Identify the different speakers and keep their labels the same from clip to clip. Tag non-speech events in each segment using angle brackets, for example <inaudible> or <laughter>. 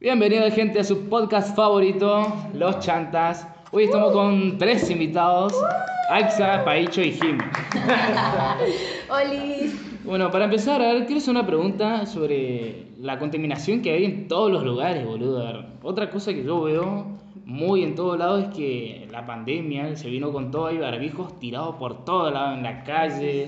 Speaker 1: Bienvenido gente a su podcast favorito, Los Chantas. Hoy estamos con tres invitados, Aixa, Paicho y Jim.
Speaker 2: Oli,
Speaker 1: Bueno, para empezar, a ver, quiero hacer una pregunta sobre la contaminación que hay en todos los lugares, boludo. A ver, otra cosa que yo veo muy en todos lados es que la pandemia se vino con todo, hay barbijos tirados por todo lado en la calle.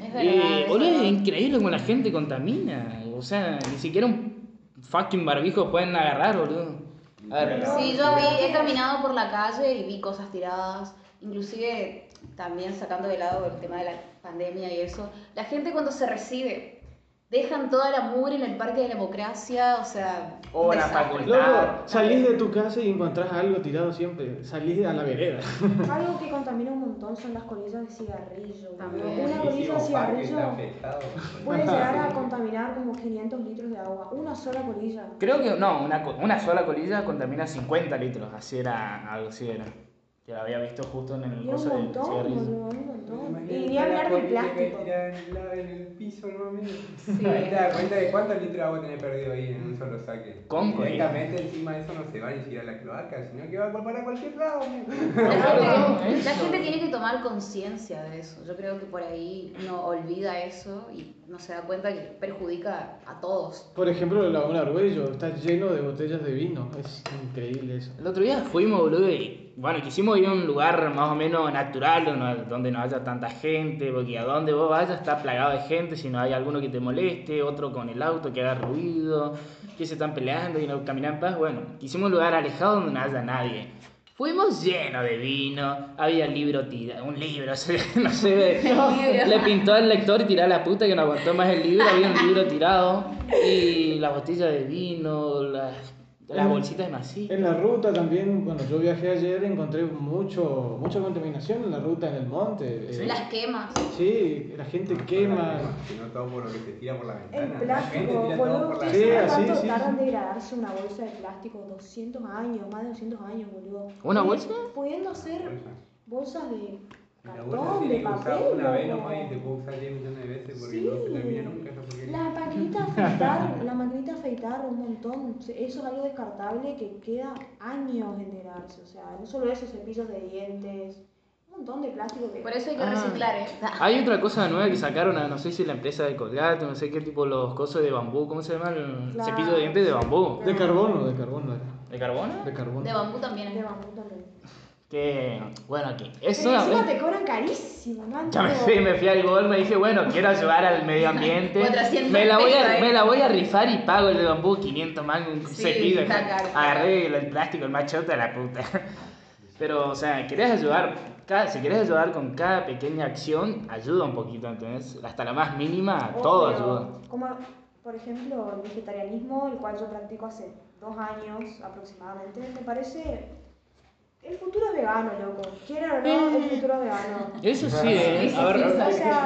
Speaker 2: es verdad.
Speaker 1: Eh,
Speaker 2: es
Speaker 1: boludo,
Speaker 2: verdad.
Speaker 1: es increíble como la gente contamina. O sea, ni siquiera un fucking barbijo pueden agarrar, boludo. A ver,
Speaker 2: Sí, yo vi, he caminado por la calle y vi cosas tiradas, inclusive también sacando de lado el tema de la pandemia y eso, la gente cuando se recibe dejan toda la mugre en el Parque de la Democracia, o sea, un
Speaker 1: O la
Speaker 2: desastre.
Speaker 1: facultad.
Speaker 3: Luego, salís de tu casa y encontrás algo tirado siempre. Salís a la vereda.
Speaker 4: Algo que contamina un montón son las colillas de cigarrillo.
Speaker 2: También.
Speaker 4: boludo. Una colilla de cigarrillo
Speaker 3: <laughs>
Speaker 4: puede llegar a contaminar como 500 litros de agua. Una sola colilla.
Speaker 1: Creo que no, una, co- una sola colilla contamina 50 litros, así era, algo así era. Que la había visto justo en el
Speaker 4: Y es un
Speaker 1: coso del
Speaker 4: montón,
Speaker 1: cigarrillo.
Speaker 4: boludo, un montón. Y ni hablar del plástico.
Speaker 5: en el piso, no mami.
Speaker 2: Sí.
Speaker 5: Ahí te das cuenta de cuántos litros de agua tenés perdido ahí en un solo saque.
Speaker 1: Con
Speaker 5: Y Directamente encima de eso no se va ni siquiera a la cloaca, sino que va a para cualquier lado, amigo.
Speaker 2: La
Speaker 1: Claro,
Speaker 2: gente, la
Speaker 1: eso.
Speaker 2: gente tiene que tomar conciencia de eso. Yo creo que por ahí no olvida eso y no se da cuenta que perjudica a todos.
Speaker 3: Por ejemplo, el laguna Arguello está lleno de botellas de vino. Es increíble eso.
Speaker 1: El otro día fuimos, boludo, y bueno, quisimos ir a un lugar más o menos natural, donde no- donde no haya tanta gente, porque a donde vos vayas está plagado de gente, si no hay alguno que te moleste, otro con el auto que haga ruido, que se están peleando y no caminan en paz. Bueno, quisimos un lugar alejado donde no haya nadie. Fuimos llenos de vino, había libro tira, un libro, <laughs> se- no sé,
Speaker 2: libro.
Speaker 1: <laughs> le pintó al lector y tiró a la puta que no aguantó más el libro, había un libro tirado, y las botellas de vino, las, las bolsitas de mací.
Speaker 3: En la ruta también, cuando yo viajé ayer, encontré mucho, mucha contaminación en la ruta, en el monte. Eh,
Speaker 1: Sí.
Speaker 2: Las quemas.
Speaker 3: sí, la gente quema.
Speaker 5: Sino todo por lo que se tira por la
Speaker 4: El
Speaker 5: ventana. La gente
Speaker 4: plástico,
Speaker 5: tira todo
Speaker 4: boludo.
Speaker 5: por la
Speaker 4: ¿Ustedes saben
Speaker 3: Sí,
Speaker 5: ventana.
Speaker 3: así,
Speaker 4: cuánto
Speaker 3: sí,
Speaker 4: tardan
Speaker 3: sí.
Speaker 4: en degradarse una bolsa de plástico? 200 años, más de 200 años, boludo.
Speaker 1: ¿Una
Speaker 4: Pudi-
Speaker 1: bolsa?
Speaker 4: Pudiendo ser bolsas de
Speaker 5: Y La bolsa
Speaker 4: cartón,
Speaker 5: tiene
Speaker 4: de
Speaker 5: que usar
Speaker 4: papel.
Speaker 5: una vez
Speaker 4: loco.
Speaker 5: nomás y te puede usar 10 millones de veces porque
Speaker 4: Sí.
Speaker 5: no se termina nunca esa porquería.
Speaker 4: La
Speaker 1: <laughs>
Speaker 4: maquinita afeitar, la maquinita afeitar un montón, o sea, eso es algo descartable que queda años en degrarse, o sea, no solo eso, cepillos de dientes, un montón de plástico que...
Speaker 2: Por eso hay que
Speaker 1: Ah.
Speaker 2: reciclar, ¿eh?
Speaker 1: Hay otra cosa nueva que sacaron a, no sé si la empresa de Colgate, no sé qué tipo, los cosos de bambú, ¿cómo se llama? El
Speaker 4: Claro.
Speaker 1: cepillo de dientes de bambú.
Speaker 3: De carbono, de carbono era.
Speaker 1: ¿De carbono?
Speaker 3: De carbono.
Speaker 2: De bambú también.
Speaker 4: De bambú también.
Speaker 1: Que, bueno, aquí. Es
Speaker 4: Pero
Speaker 1: una...
Speaker 4: encima te cobran carísimo,
Speaker 1: <laughs>
Speaker 4: man.
Speaker 1: Ya me
Speaker 4: tipo,
Speaker 1: fui, me fui al gol, me dije, bueno, quiero ayudar al medio ambiente.
Speaker 2: 400
Speaker 1: Me la, voy
Speaker 2: pesos,
Speaker 1: a,
Speaker 2: eh.
Speaker 1: me la voy a rifar y pago el de bambú 500 más un
Speaker 2: Sí,
Speaker 1: cepillo.
Speaker 2: está caro.
Speaker 1: Agarré el, el plástico, el machote de la puta. <laughs> Pero, o sea, querés ayudar, cada, si querés ayudar con cada pequeña acción, ayuda un poquito, ¿entendés? Hasta la más mínima,
Speaker 4: obvio,
Speaker 1: todo ayuda.
Speaker 4: Como, por ejemplo, el vegetarianismo, el cual yo practico hace dos años aproximadamente, me parece... El futuro es vegano, loco. Quiera o no,
Speaker 2: Mm.
Speaker 4: el futuro es vegano.
Speaker 2: <laughs>
Speaker 1: Eso sí, eh. a
Speaker 2: Sí,
Speaker 1: ver,
Speaker 2: sí,
Speaker 4: O sea...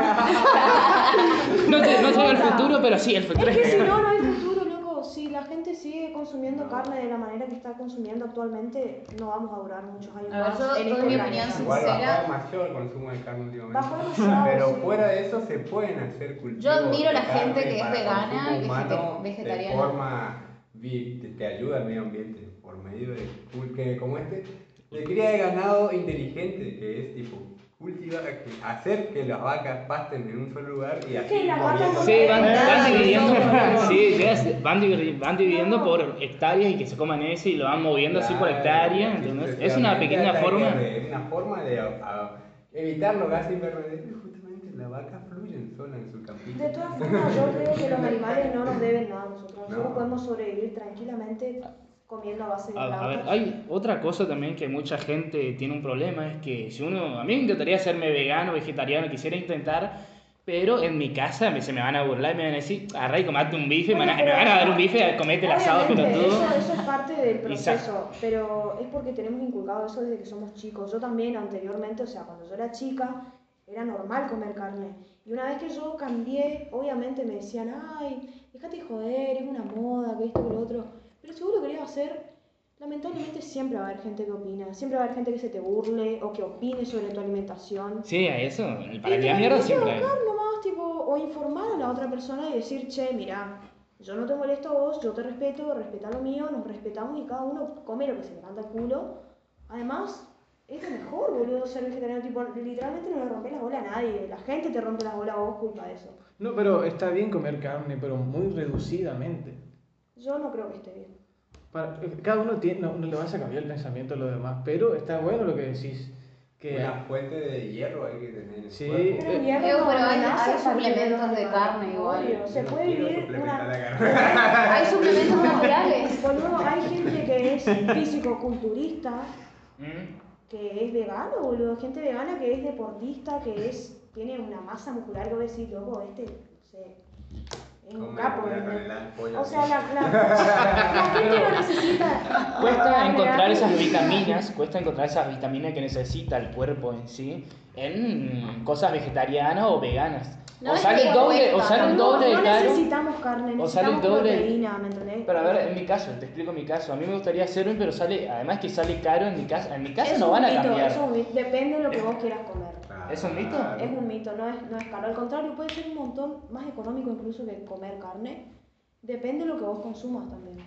Speaker 1: No, te, no sé el
Speaker 4: Puta.
Speaker 1: futuro, pero sí, el futuro
Speaker 4: Es que
Speaker 1: es
Speaker 4: si no, no hay futuro, loco. Si la gente sigue consumiendo carne de la manera que está consumiendo actualmente, no vamos a durar muchos años
Speaker 2: A ver,
Speaker 4: más.
Speaker 2: yo
Speaker 4: en
Speaker 2: doy
Speaker 4: este
Speaker 2: mi
Speaker 4: planeta.
Speaker 2: opinión
Speaker 5: Igual
Speaker 2: Sincera.
Speaker 5: bajó demasiado el consumo de carne últimamente.
Speaker 4: Bajó
Speaker 5: <laughs>
Speaker 4: demasiado,
Speaker 5: Pero
Speaker 4: sí.
Speaker 5: fuera de eso se pueden hacer cultivos.
Speaker 2: Yo admiro a la
Speaker 5: de carne
Speaker 2: gente que es
Speaker 5: para
Speaker 2: vegana
Speaker 5: consumo
Speaker 2: y vegeta-
Speaker 5: humano
Speaker 2: vegetariana.
Speaker 5: De forma vi- te, te ayuda al medio ambiente por medio de cul- que como este de cría de ganado inteligente que es tipo cultivar que- hacer que las vacas pasten en un solo lugar y así
Speaker 4: las vacas
Speaker 5: moviendo-
Speaker 4: no
Speaker 1: Sí, van, van
Speaker 4: Ah,
Speaker 1: dividiendo, <laughs>
Speaker 4: no.
Speaker 1: sí, ya se- van, divi- van dividiendo por hectáreas y que se coman ese y lo van moviendo así por
Speaker 5: Claro,
Speaker 1: hectárea,
Speaker 5: sí,
Speaker 1: ¿entendés?
Speaker 5: sí,
Speaker 1: Es una
Speaker 5: obviamente
Speaker 1: pequeña
Speaker 5: hay que
Speaker 1: forma.
Speaker 5: re- una forma de a- a- evitar los gases invernaderos. Justamente las vacas fluyen sola en su campito.
Speaker 4: De todas formas, yo creo que los animales no nos deben nada a nosotros. Nosotros
Speaker 5: No.
Speaker 4: podemos sobrevivir tranquilamente comiendo a base de
Speaker 1: A, a ver,
Speaker 4: plantas.
Speaker 1: hay otra cosa también que mucha gente tiene un problema, es que si uno, a mí me encantaría hacerme vegano, vegetariano, quisiera intentar, pero en mi casa me, se me van a burlar y me van a decir, array, comate un bife, me van a- me van a dar un bife, comete el asado, pero
Speaker 4: Obviamente,
Speaker 1: todo.
Speaker 4: Eso, eso es parte del
Speaker 1: Y sa-
Speaker 4: proceso, pero es porque tenemos inculcado eso desde que somos chicos. Yo también anteriormente, o sea, cuando yo era chica, era normal comer carne. Y una vez que yo cambié, obviamente me decían, ay, déjate de joder, es una moda, que esto, que lo otro. Pero seguro que lo querías hacer, lamentablemente siempre va a haber gente que opina, siempre va a haber gente que se te burle o que opine sobre tu alimentación.
Speaker 1: Sí, a eso, el
Speaker 4: Y
Speaker 1: para
Speaker 4: te
Speaker 1: la
Speaker 4: la
Speaker 1: mierda
Speaker 4: tenés que
Speaker 1: siempre. hay.
Speaker 4: bancar nomás, tipo, o informar a la otra persona y decir, che, mira, Yo no te molesto a vos, yo te respeto, respeta lo mío, nos respetamos y cada uno come lo que se le canta el culo. Además, es lo mejor, boludo, ser vegetariano. Tipo, literalmente no le rompes la bola a nadie. La gente te rompe la bola a vos culpa de eso.
Speaker 3: No, pero está bien comer carne, pero muy reducidamente.
Speaker 4: Yo no creo que esté bien.
Speaker 3: Para- eh, cada uno tiene, no, no le vas a cambiar el pensamiento a los demás, pero está bueno lo que decís. Que
Speaker 5: Una fuente de hierro hay que tener en el
Speaker 3: Sí.
Speaker 5: cuerpo.
Speaker 4: Pero el hierro
Speaker 2: Eh,
Speaker 4: no
Speaker 2: pero hay-
Speaker 4: nace
Speaker 2: hay
Speaker 4: a partir de
Speaker 2: suplementos
Speaker 4: los
Speaker 2: de carne igual.
Speaker 4: Obvio, Se
Speaker 5: No
Speaker 4: puede
Speaker 5: quiero
Speaker 4: vivir
Speaker 5: suplementar
Speaker 4: <laughs> una...
Speaker 5: la carrera.
Speaker 1: <laughs>
Speaker 2: Hay suplementos naturales.
Speaker 4: Boludo, hay gente que es físico-culturista,
Speaker 1: ¿Mm?
Speaker 4: que es vegano, boludo. Gente vegana que es deportista, que es tiene una masa muscular que vos decís, loco, este, no sé, es un
Speaker 5: Come
Speaker 4: capo.
Speaker 5: una
Speaker 4: ¿entendés?
Speaker 5: tonelada de pollo.
Speaker 4: O sea, la, la- la gente no necesita...
Speaker 1: Cuesta
Speaker 4: carne,
Speaker 1: encontrar
Speaker 4: la
Speaker 1: esas
Speaker 4: gente-
Speaker 1: vitaminas, cuesta encontrar esas vitaminas que necesita el cuerpo en sí en cosas vegetarianas o veganas.
Speaker 2: No
Speaker 1: o
Speaker 2: es
Speaker 1: sale
Speaker 2: que
Speaker 1: el doble, o
Speaker 2: cuesta,
Speaker 1: sale el
Speaker 4: Boludo,
Speaker 1: doble de
Speaker 4: no
Speaker 1: caro.
Speaker 4: necesitamos
Speaker 1: o
Speaker 4: carne,
Speaker 1: sale el
Speaker 4: necesitamos
Speaker 1: doble-
Speaker 4: proteína, ¿me entendés?
Speaker 1: Pero a ver, en mi caso, te explico mi caso. A mí me gustaría hacerlo, pero sale, además que sale caro en mi casa. En mi casa
Speaker 4: Es
Speaker 1: no
Speaker 4: un
Speaker 1: van a
Speaker 4: mito,
Speaker 1: cambiar.
Speaker 4: es un mito, depende de lo que vos quieras comer.
Speaker 5: Claro.
Speaker 1: ¿Es un mito?
Speaker 4: Es un mito, no es, no es caro. Al contrario, puede ser un montón más económico incluso que comer carne. Depende de lo que vos consumas también.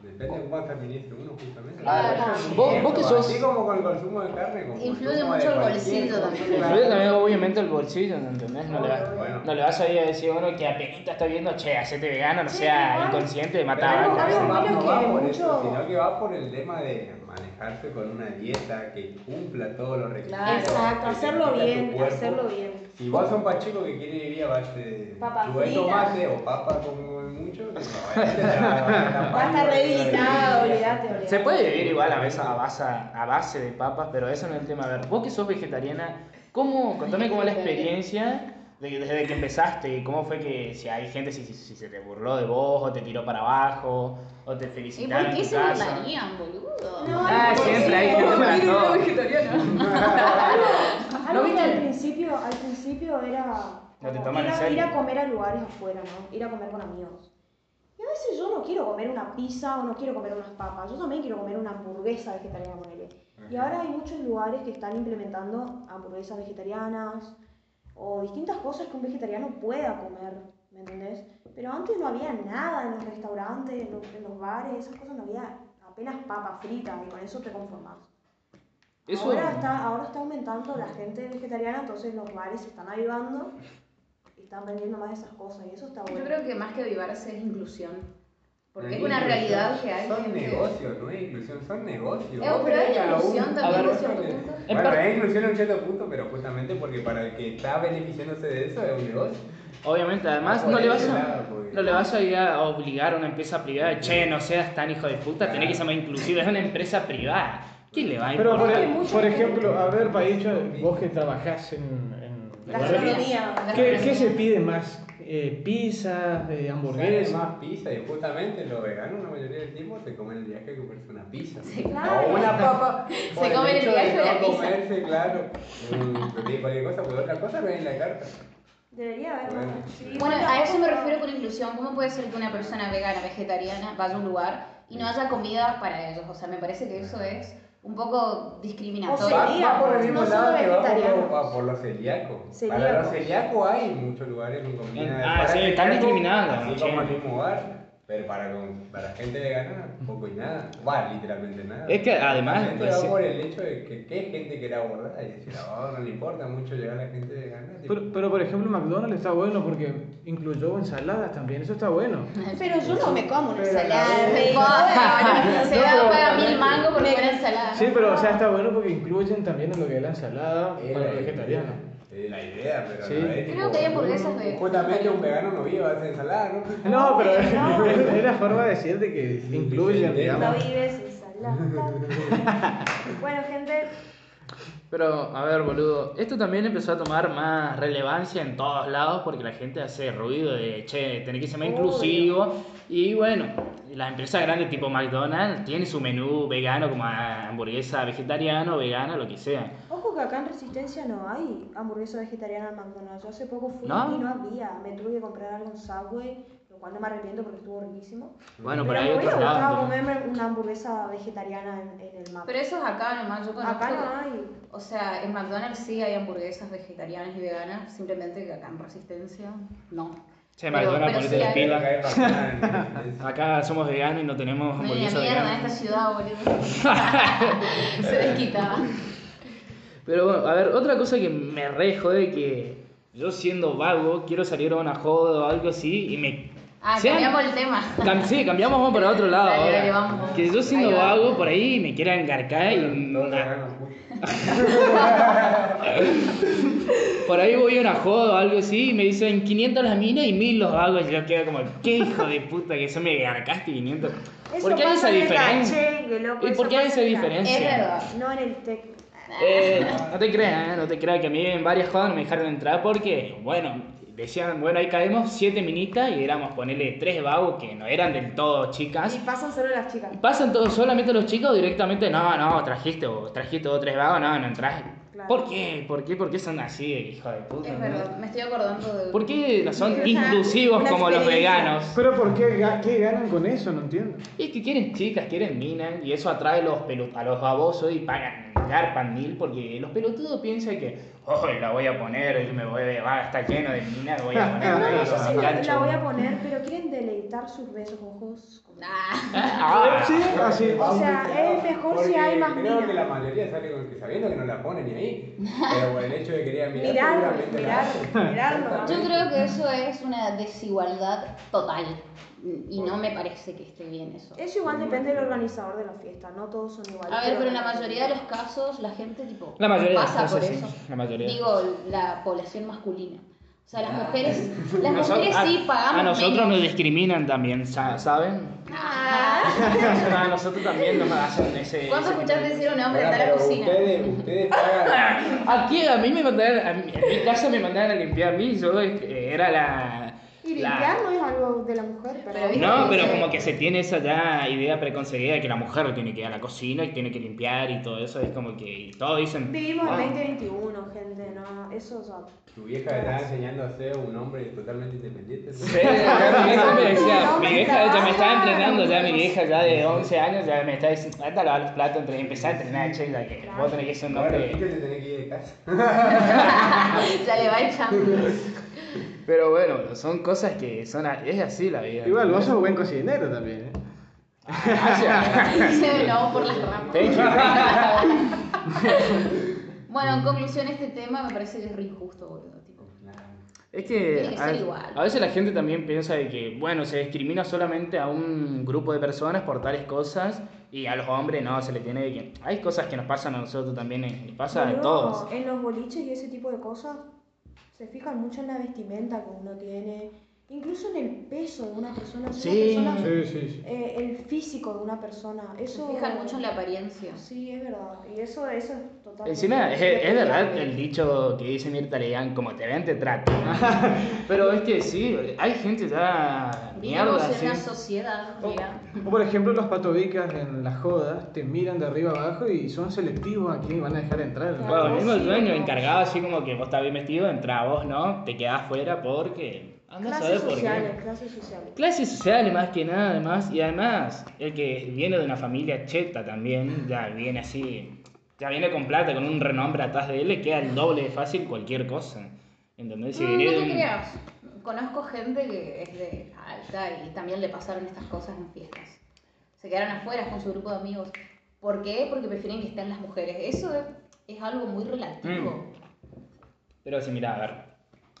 Speaker 5: Depende de cuánto administre uno justamente.
Speaker 2: Ah,
Speaker 1: bueno. Vos- vos que sos-
Speaker 5: Así como con el consumo de carne. con
Speaker 2: Influye
Speaker 5: consumo
Speaker 2: mucho
Speaker 5: de
Speaker 2: el
Speaker 5: cualquier
Speaker 2: bolsillo
Speaker 5: cosa.
Speaker 2: también.
Speaker 1: Influye también obviamente el bolsillo, ¿no entendés? No le, va-
Speaker 5: Bueno.
Speaker 1: no le vas a ir a decir a uno que apenas está viendo, che, hacete vegano, no
Speaker 4: Sí,
Speaker 1: sea
Speaker 4: igual.
Speaker 1: inconsciente de
Speaker 5: Pero
Speaker 1: matar
Speaker 5: algo-
Speaker 1: vacas.
Speaker 5: algo
Speaker 4: Claro,
Speaker 5: más
Speaker 4: claro,
Speaker 5: no va
Speaker 4: que
Speaker 5: por eso,
Speaker 4: mucho-
Speaker 5: sino que va por el tema de manejarse con una dieta que cumpla todos los requisitos.
Speaker 2: Claro.
Speaker 4: Exacto,
Speaker 5: que te
Speaker 4: hacerlo
Speaker 5: pida tu
Speaker 4: bien,
Speaker 5: cuerpo.
Speaker 4: hacerlo bien.
Speaker 5: Si vos sos un pachico que quiere vivir a base de
Speaker 4: Papas
Speaker 5: chubé de
Speaker 4: fritas.
Speaker 5: tomate o papa como mucho,
Speaker 4: <laughs>
Speaker 5: que va
Speaker 4: Va a estar reeditado, olvídate, olvídate.
Speaker 1: Se puede vivir igual a veces a base, a base de papas, pero eso no es el tema. A ver, vos que sos vegetariana, ¿cómo, contame cómo la experiencia de- desde que empezaste, cómo fue que si hay gente, si, si- si se te burló de vos, o te tiró para abajo, o te
Speaker 2: ¿Y
Speaker 1: felicitaron
Speaker 2: por
Speaker 1: en
Speaker 2: qué
Speaker 1: tu
Speaker 2: se
Speaker 1: casa.
Speaker 2: burlarían, boludo?
Speaker 4: No,
Speaker 1: Ah,
Speaker 4: no,
Speaker 1: siempre
Speaker 4: no,
Speaker 1: hay
Speaker 4: no,
Speaker 1: gente
Speaker 4: no,
Speaker 1: para todo.
Speaker 4: Algo que
Speaker 1: viste?
Speaker 4: al principio, al principio era
Speaker 1: No te
Speaker 4: como
Speaker 1: toman
Speaker 4: ir,
Speaker 1: en
Speaker 4: a,
Speaker 1: serio.
Speaker 4: ir a comer a lugares afuera, ¿no? Ir a comer con amigos. Y a veces yo no quiero comer una pizza o no quiero comer unas papas. Yo también quiero comer una hamburguesa vegetariana ponele. Y
Speaker 5: Ajá.
Speaker 4: ahora hay muchos lugares que están implementando hamburguesas vegetarianas o distintas cosas que un vegetariano pueda comer, ¿me entendés? Pero antes no había nada en los restaurantes, en los, en los bares, esas cosas no había apenas papas fritas y con eso te conformás.
Speaker 1: <laughs> Eso-
Speaker 4: Ahora, está, ahora está aumentando la gente vegetariana, entonces los bares se están avivando y están vendiendo más de esas cosas y eso está bueno.
Speaker 2: Yo creo que más que avivarse es inclusión. Porque es una
Speaker 5: Inclusión.
Speaker 2: realidad que hay.
Speaker 5: Son
Speaker 2: gente-
Speaker 5: negocios, no es inclusión, son negocios.
Speaker 2: Eh,
Speaker 5: Vos
Speaker 2: pero
Speaker 5: tenés
Speaker 2: es
Speaker 5: a un-
Speaker 2: inclusión
Speaker 1: también
Speaker 5: a ver,
Speaker 1: en
Speaker 2: cierto
Speaker 5: bueno,
Speaker 2: punto.
Speaker 1: En
Speaker 5: Bueno,
Speaker 1: parte-
Speaker 5: es inclusión en cierto punto, pero justamente porque para el que está beneficiándose de eso es un negocio.
Speaker 1: Obviamente, además
Speaker 5: Por
Speaker 1: no le vas
Speaker 5: ese
Speaker 1: a,
Speaker 5: lado, porque-
Speaker 1: no le vas a ir a obligar a una empresa privada, che, no seas tan hijo de puta, tenés que ser más inclusivo, es una empresa privada. ¿Quién le va a
Speaker 3: Pero por,
Speaker 1: importar?
Speaker 4: Hay mucha
Speaker 3: por
Speaker 4: gente.
Speaker 3: ejemplo, a ver, Paicho, vos que trabajás en... en
Speaker 4: Gastronomía.
Speaker 3: ¿Qué, qué se pide más? Eh, ¿Pizzas? eh,
Speaker 5: Sale
Speaker 3: ¿Hamburguesas?
Speaker 5: más pizza y justamente los veganos la mayoría del tiempo se comen el viaje que comerse una pizza.
Speaker 2: Sí,
Speaker 4: claro.
Speaker 5: O
Speaker 2: <laughs>
Speaker 5: una papa. por
Speaker 2: comen el
Speaker 5: hecho
Speaker 2: viaje de
Speaker 5: no
Speaker 2: la pizza.
Speaker 5: comerse, claro. Mm, pero tiene cualquier cosa, porque otra cosa no hay en la carta.
Speaker 4: Debería haber
Speaker 5: Bueno.
Speaker 4: más. Sí.
Speaker 2: Bueno, a eso me refiero con inclusión. ¿Cómo puede ser que una persona vegana, vegetariana, vaya a un lugar y no haya comida para ellos? O sea, me parece que eso es un poco
Speaker 4: O sea,
Speaker 2: discriminatorio.
Speaker 5: Va, va por el mismo
Speaker 4: No solo
Speaker 5: lado que va por,
Speaker 4: vegetarianos.
Speaker 5: lo- va por los celíacos. Para
Speaker 4: Celíacos.
Speaker 5: los celíacos hay muchos lugares con comida.
Speaker 1: Ah,
Speaker 5: para
Speaker 1: sí, están
Speaker 5: celíacos,
Speaker 1: discriminados,
Speaker 5: Así
Speaker 1: che.
Speaker 5: como el mismo bar. Pero para, con- para gente vegana, poco y nada. Bar, literalmente nada.
Speaker 1: Es que, además,
Speaker 5: Justamente
Speaker 1: pues,
Speaker 5: va
Speaker 1: sí.
Speaker 5: por el hecho de que, que hay gente que era abordada y decía, "Ah, no le importa mucho llegar a la gente vegana. tipo,
Speaker 3: Pero, pero, por ejemplo, McDonald's está bueno porque incluyó ensaladas también, eso está bueno.
Speaker 2: <laughs>
Speaker 4: Pero yo no me como una
Speaker 5: Pero la
Speaker 4: ensalada.
Speaker 5: verdad-
Speaker 4: me-
Speaker 2: Joder, se
Speaker 3: No,
Speaker 2: da
Speaker 3: pero
Speaker 2: paga
Speaker 3: realmente-
Speaker 2: mil mangos por comer ensalada.
Speaker 3: Sí, pero o sea, está bueno porque incluyen también lo que es la ensalada para los vegetarianos.
Speaker 5: Eh, la idea, pero
Speaker 3: Sí.
Speaker 5: no es
Speaker 2: Creo
Speaker 5: tipo,
Speaker 2: que hay hamburguesas de-
Speaker 5: Justamente un vegano no vive a base de ensalada, ¿no?
Speaker 3: No, pero <laughs> es,
Speaker 4: No.
Speaker 3: es la forma de decir de que incluyen,
Speaker 5: sí,
Speaker 4: No
Speaker 3: digamos.
Speaker 4: vives ensalada. bueno, gente,
Speaker 1: Pero, a ver, boludo, esto también empezó a tomar más relevancia en todos lados porque la gente hace ruido de, che, tenés que ser más
Speaker 4: Obvio.
Speaker 1: inclusivo. Y bueno, las empresas grandes tipo McDonald's tienen su menú vegano como ah, hamburguesa vegetariano, vegana, lo que sea.
Speaker 4: ojo que acá en Resistencia no hay hamburguesa vegetariana al McDonald's. Yo hace poco fui
Speaker 1: ¿No?
Speaker 4: y no había. Me tuve que comprar algo en Subway, lo cual no me arrepiento porque estuvo riquísimo.
Speaker 1: Bueno, pero
Speaker 4: Pero
Speaker 1: hay
Speaker 4: me hubiera
Speaker 1: otros
Speaker 4: gustado
Speaker 1: lados. ¿no?
Speaker 4: comerme una hamburguesa vegetariana en, en el mapa.
Speaker 2: Pero eso es acá nomás, yo conozco.
Speaker 4: Acá no hay.
Speaker 2: O sea, en McDonald's sí hay hamburguesas vegetarianas y veganas, simplemente que acá en Resistencia no.
Speaker 1: Se
Speaker 2: Pero-
Speaker 1: Maradona,
Speaker 2: pero
Speaker 1: ponete
Speaker 2: sí
Speaker 1: las
Speaker 2: hay-
Speaker 1: pilas.
Speaker 5: Cae bacán, <laughs> es-
Speaker 1: Acá somos veganos y no tenemos
Speaker 2: Media
Speaker 1: hamburguesa
Speaker 2: mierda eh.
Speaker 1: vegana.
Speaker 2: en esta ciudad, boludo. <laughs> Se desquitaba.
Speaker 1: Pero bueno, a ver, otra cosa que me re jode que yo siendo vago quiero salir a una joda o algo así y me...
Speaker 2: Ah,
Speaker 1: sean-
Speaker 2: cambiamos el tema.
Speaker 1: Cam- sí, cambiamos vamos para otro lado.
Speaker 2: Dale,
Speaker 1: ahora.
Speaker 2: dale, vamos.
Speaker 1: Que yo siendo
Speaker 2: Ahí va.
Speaker 1: vago por ahí me quiera engarcar y...
Speaker 5: No te
Speaker 1: nah,
Speaker 5: hagan los putos.
Speaker 1: por ahí voy a una joda o algo así y me dicen 500 las minas y 1000 los vagos y yo quedo como, qué hijo de puta que eso me garcaste 500.
Speaker 4: Eso
Speaker 1: ¿Por qué hay
Speaker 4: pasa
Speaker 1: esa
Speaker 4: en el
Speaker 1: diferencia?
Speaker 4: cachengue, loco,
Speaker 1: ¿Y
Speaker 4: eso
Speaker 1: por qué hay esa
Speaker 4: pasa en el
Speaker 1: diferencia?
Speaker 2: Es verdad.
Speaker 4: No en el tec.
Speaker 1: Eh, no te creas, ¿eh? no te creas que a mí en varias jodas no me dejaron entrar porque, bueno, decían, bueno, ahí caemos siete minitas y éramos ponerle tres vagos que no eran del todo
Speaker 4: Y
Speaker 1: chicas.
Speaker 4: pasan solo las chicas.
Speaker 1: ¿Y pasan todos solamente los chicos o directamente? No, no, trajiste vos, trajiste vos tres vagos, no, no entras.
Speaker 4: Claro.
Speaker 1: ¿Por qué? ¿Por qué? ¿Por qué son así, hijo de puta?
Speaker 2: Es
Speaker 1: no?
Speaker 2: verdad, me estoy acordando de.
Speaker 1: ¿Por qué no son
Speaker 4: Una-
Speaker 1: inclusivos
Speaker 4: una
Speaker 1: como los
Speaker 4: experiencia.
Speaker 1: veganos?
Speaker 3: Pero ¿por qué, ga- qué ganan con eso? No entiendo.
Speaker 1: Y es que quieren chicas, quieren minas, y eso atrae los pelu- a los babosos y pagan garpan mil, porque los pelotudos piensan que, oh, la voy a poner, yo me voy a va, está lleno de minas, voy a poner
Speaker 4: No,
Speaker 1: ahí,
Speaker 4: no, yo
Speaker 1: los Ah,
Speaker 4: sí la,
Speaker 1: engancho".
Speaker 4: la voy a poner, pero quieren deleitar sus besos, ojos.
Speaker 2: Nah.
Speaker 1: Ah,
Speaker 3: Sí, así.
Speaker 4: O sea, es mejor si hay más
Speaker 5: Porque Creo que la
Speaker 4: minas.
Speaker 5: mayoría sale con que sabiendo que no la ponen ni ahí. Pero por el hecho de que quería mirar,
Speaker 4: Mirar,
Speaker 5: seguramente la
Speaker 4: mirar,
Speaker 5: hacen.
Speaker 4: mirarlo.
Speaker 2: Yo creo que eso es una desigualdad total. Y no me parece que esté bien eso.
Speaker 4: Eso igual depende del organizador de la fiesta, no todos son iguales.
Speaker 2: A ver, pero en la mayoría de los casos la gente tipo
Speaker 1: La mayoría de los
Speaker 2: pasa
Speaker 1: casos,
Speaker 2: por
Speaker 1: sí,
Speaker 2: eso.
Speaker 1: la mayoría.
Speaker 2: Digo, la población masculina. O sea, las
Speaker 5: Ah.
Speaker 2: mujeres, las
Speaker 1: noso-
Speaker 2: mujeres
Speaker 1: a-
Speaker 2: sí pagamos
Speaker 1: A nosotros
Speaker 2: menos.
Speaker 1: nos discriminan también, sa- ¿saben?
Speaker 2: Ah.
Speaker 1: a nosotros también nos hacen ese...
Speaker 2: ¿Cuándo
Speaker 1: ese
Speaker 2: escuchaste
Speaker 1: comentario.
Speaker 2: decir a un hombre
Speaker 5: Ahora,
Speaker 2: está en la
Speaker 5: pero
Speaker 2: cocina?
Speaker 5: Ustedes, ustedes pagan.
Speaker 1: <laughs> Aquí a mí me mandaron, a mí- en mi casa me mandaron a limpiar a mí, yo eh, era la...
Speaker 4: Y
Speaker 1: la-
Speaker 4: limpiar no es algo de la mujer,
Speaker 2: Pero
Speaker 4: pero.
Speaker 2: ¿viste?
Speaker 1: No,
Speaker 2: que
Speaker 1: pero
Speaker 2: se-
Speaker 1: como que se tiene esa ya idea preconcebida de que la mujer tiene que ir a la cocina y tiene que limpiar y todo eso. Es como que y todos dicen.
Speaker 4: Vivimos
Speaker 1: "Ah,
Speaker 4: en 2021, gente, no. Eso, o sea,
Speaker 5: Tu vieja le está enseñando a ser un hombre totalmente independiente.
Speaker 1: sí, ya mi vieja me decía, mi
Speaker 4: No,
Speaker 1: vieja ya me estaba
Speaker 4: trabaja.
Speaker 1: entrenando, ya mi vieja ya de 11 años ya me está diciendo, anda a lavar los platos antes de empezar a entrenar, che, ya que vos tenés que ser un
Speaker 5: Ahora,
Speaker 1: hombre.
Speaker 5: viste, te tenés que ir de casa.
Speaker 2: Ah, ya le va echando.
Speaker 1: Pero bueno, son cosas que son, a- es así la vida.
Speaker 3: Igual, vos sos buen cocinero también, ¿eh?
Speaker 1: Gracias.
Speaker 2: Se no por las ramas.
Speaker 1: Thank
Speaker 2: <laughs> bueno, en conclusión, este tema me parece que es re injusto, boludo. tipo.
Speaker 5: Pues
Speaker 1: Es que,
Speaker 2: Tiene que
Speaker 1: a,
Speaker 2: ser igual.
Speaker 1: a veces la gente también piensa de que, bueno, se discrimina solamente a un grupo de personas por tales cosas y a los hombres no, se les tiene de que... Hay cosas que nos pasan a nosotros también, eh, les pasa a
Speaker 4: boludo,
Speaker 1: todos.
Speaker 4: En los boliches y ese tipo de cosas, se fijan mucho en la vestimenta que uno tiene, incluso en el peso de una persona. si
Speaker 1: Sí.
Speaker 4: una persona-
Speaker 3: Sí, sí, sí.
Speaker 4: eh, el físico de una persona.
Speaker 2: Se
Speaker 4: Eso.
Speaker 2: fijan mucho en la apariencia.
Speaker 4: Sí, es verdad. Y eso, eso es totalmente.
Speaker 1: Encima, es, es verdad el dicho que dice Mirta Legrand, como te ven, te trato. <laughs> Pero es que sí, hay gente ya...
Speaker 2: Vivimos
Speaker 1: Mierda,
Speaker 2: en una
Speaker 1: sí.
Speaker 2: sociedad,
Speaker 3: Oh.
Speaker 2: mira.
Speaker 3: O por ejemplo, los patobicas en las jodas te miran de arriba abajo y son selectivos a quién van a dejar entrar. ¿no?
Speaker 1: Bueno, el mismo
Speaker 4: Sí,
Speaker 1: dueño
Speaker 4: no.
Speaker 1: encargado, así como que vos estás bien vestido, entra vos, ¿no? Te quedás fuera porque... Anda a saber
Speaker 4: Clases
Speaker 1: por qué.
Speaker 4: sociales, clases sociales.
Speaker 1: Clases sociales más que nada, además, y además, el que viene de una familia cheta también, ya viene así, ya viene con plata, con un renombre atrás de él, le queda el doble de fácil cualquier cosa. ¿Entendés? Si
Speaker 2: Mm,
Speaker 1: viene
Speaker 2: no
Speaker 1: de
Speaker 2: te
Speaker 1: un-
Speaker 2: creas. Conozco gente que es de alta y también le pasaron estas cosas en fiestas. Se quedaron afuera con su grupo de amigos. ¿Por qué? Porque prefieren que estén las mujeres. Eso es, es algo muy relativo.
Speaker 1: Mm. Pero si mira, a ver,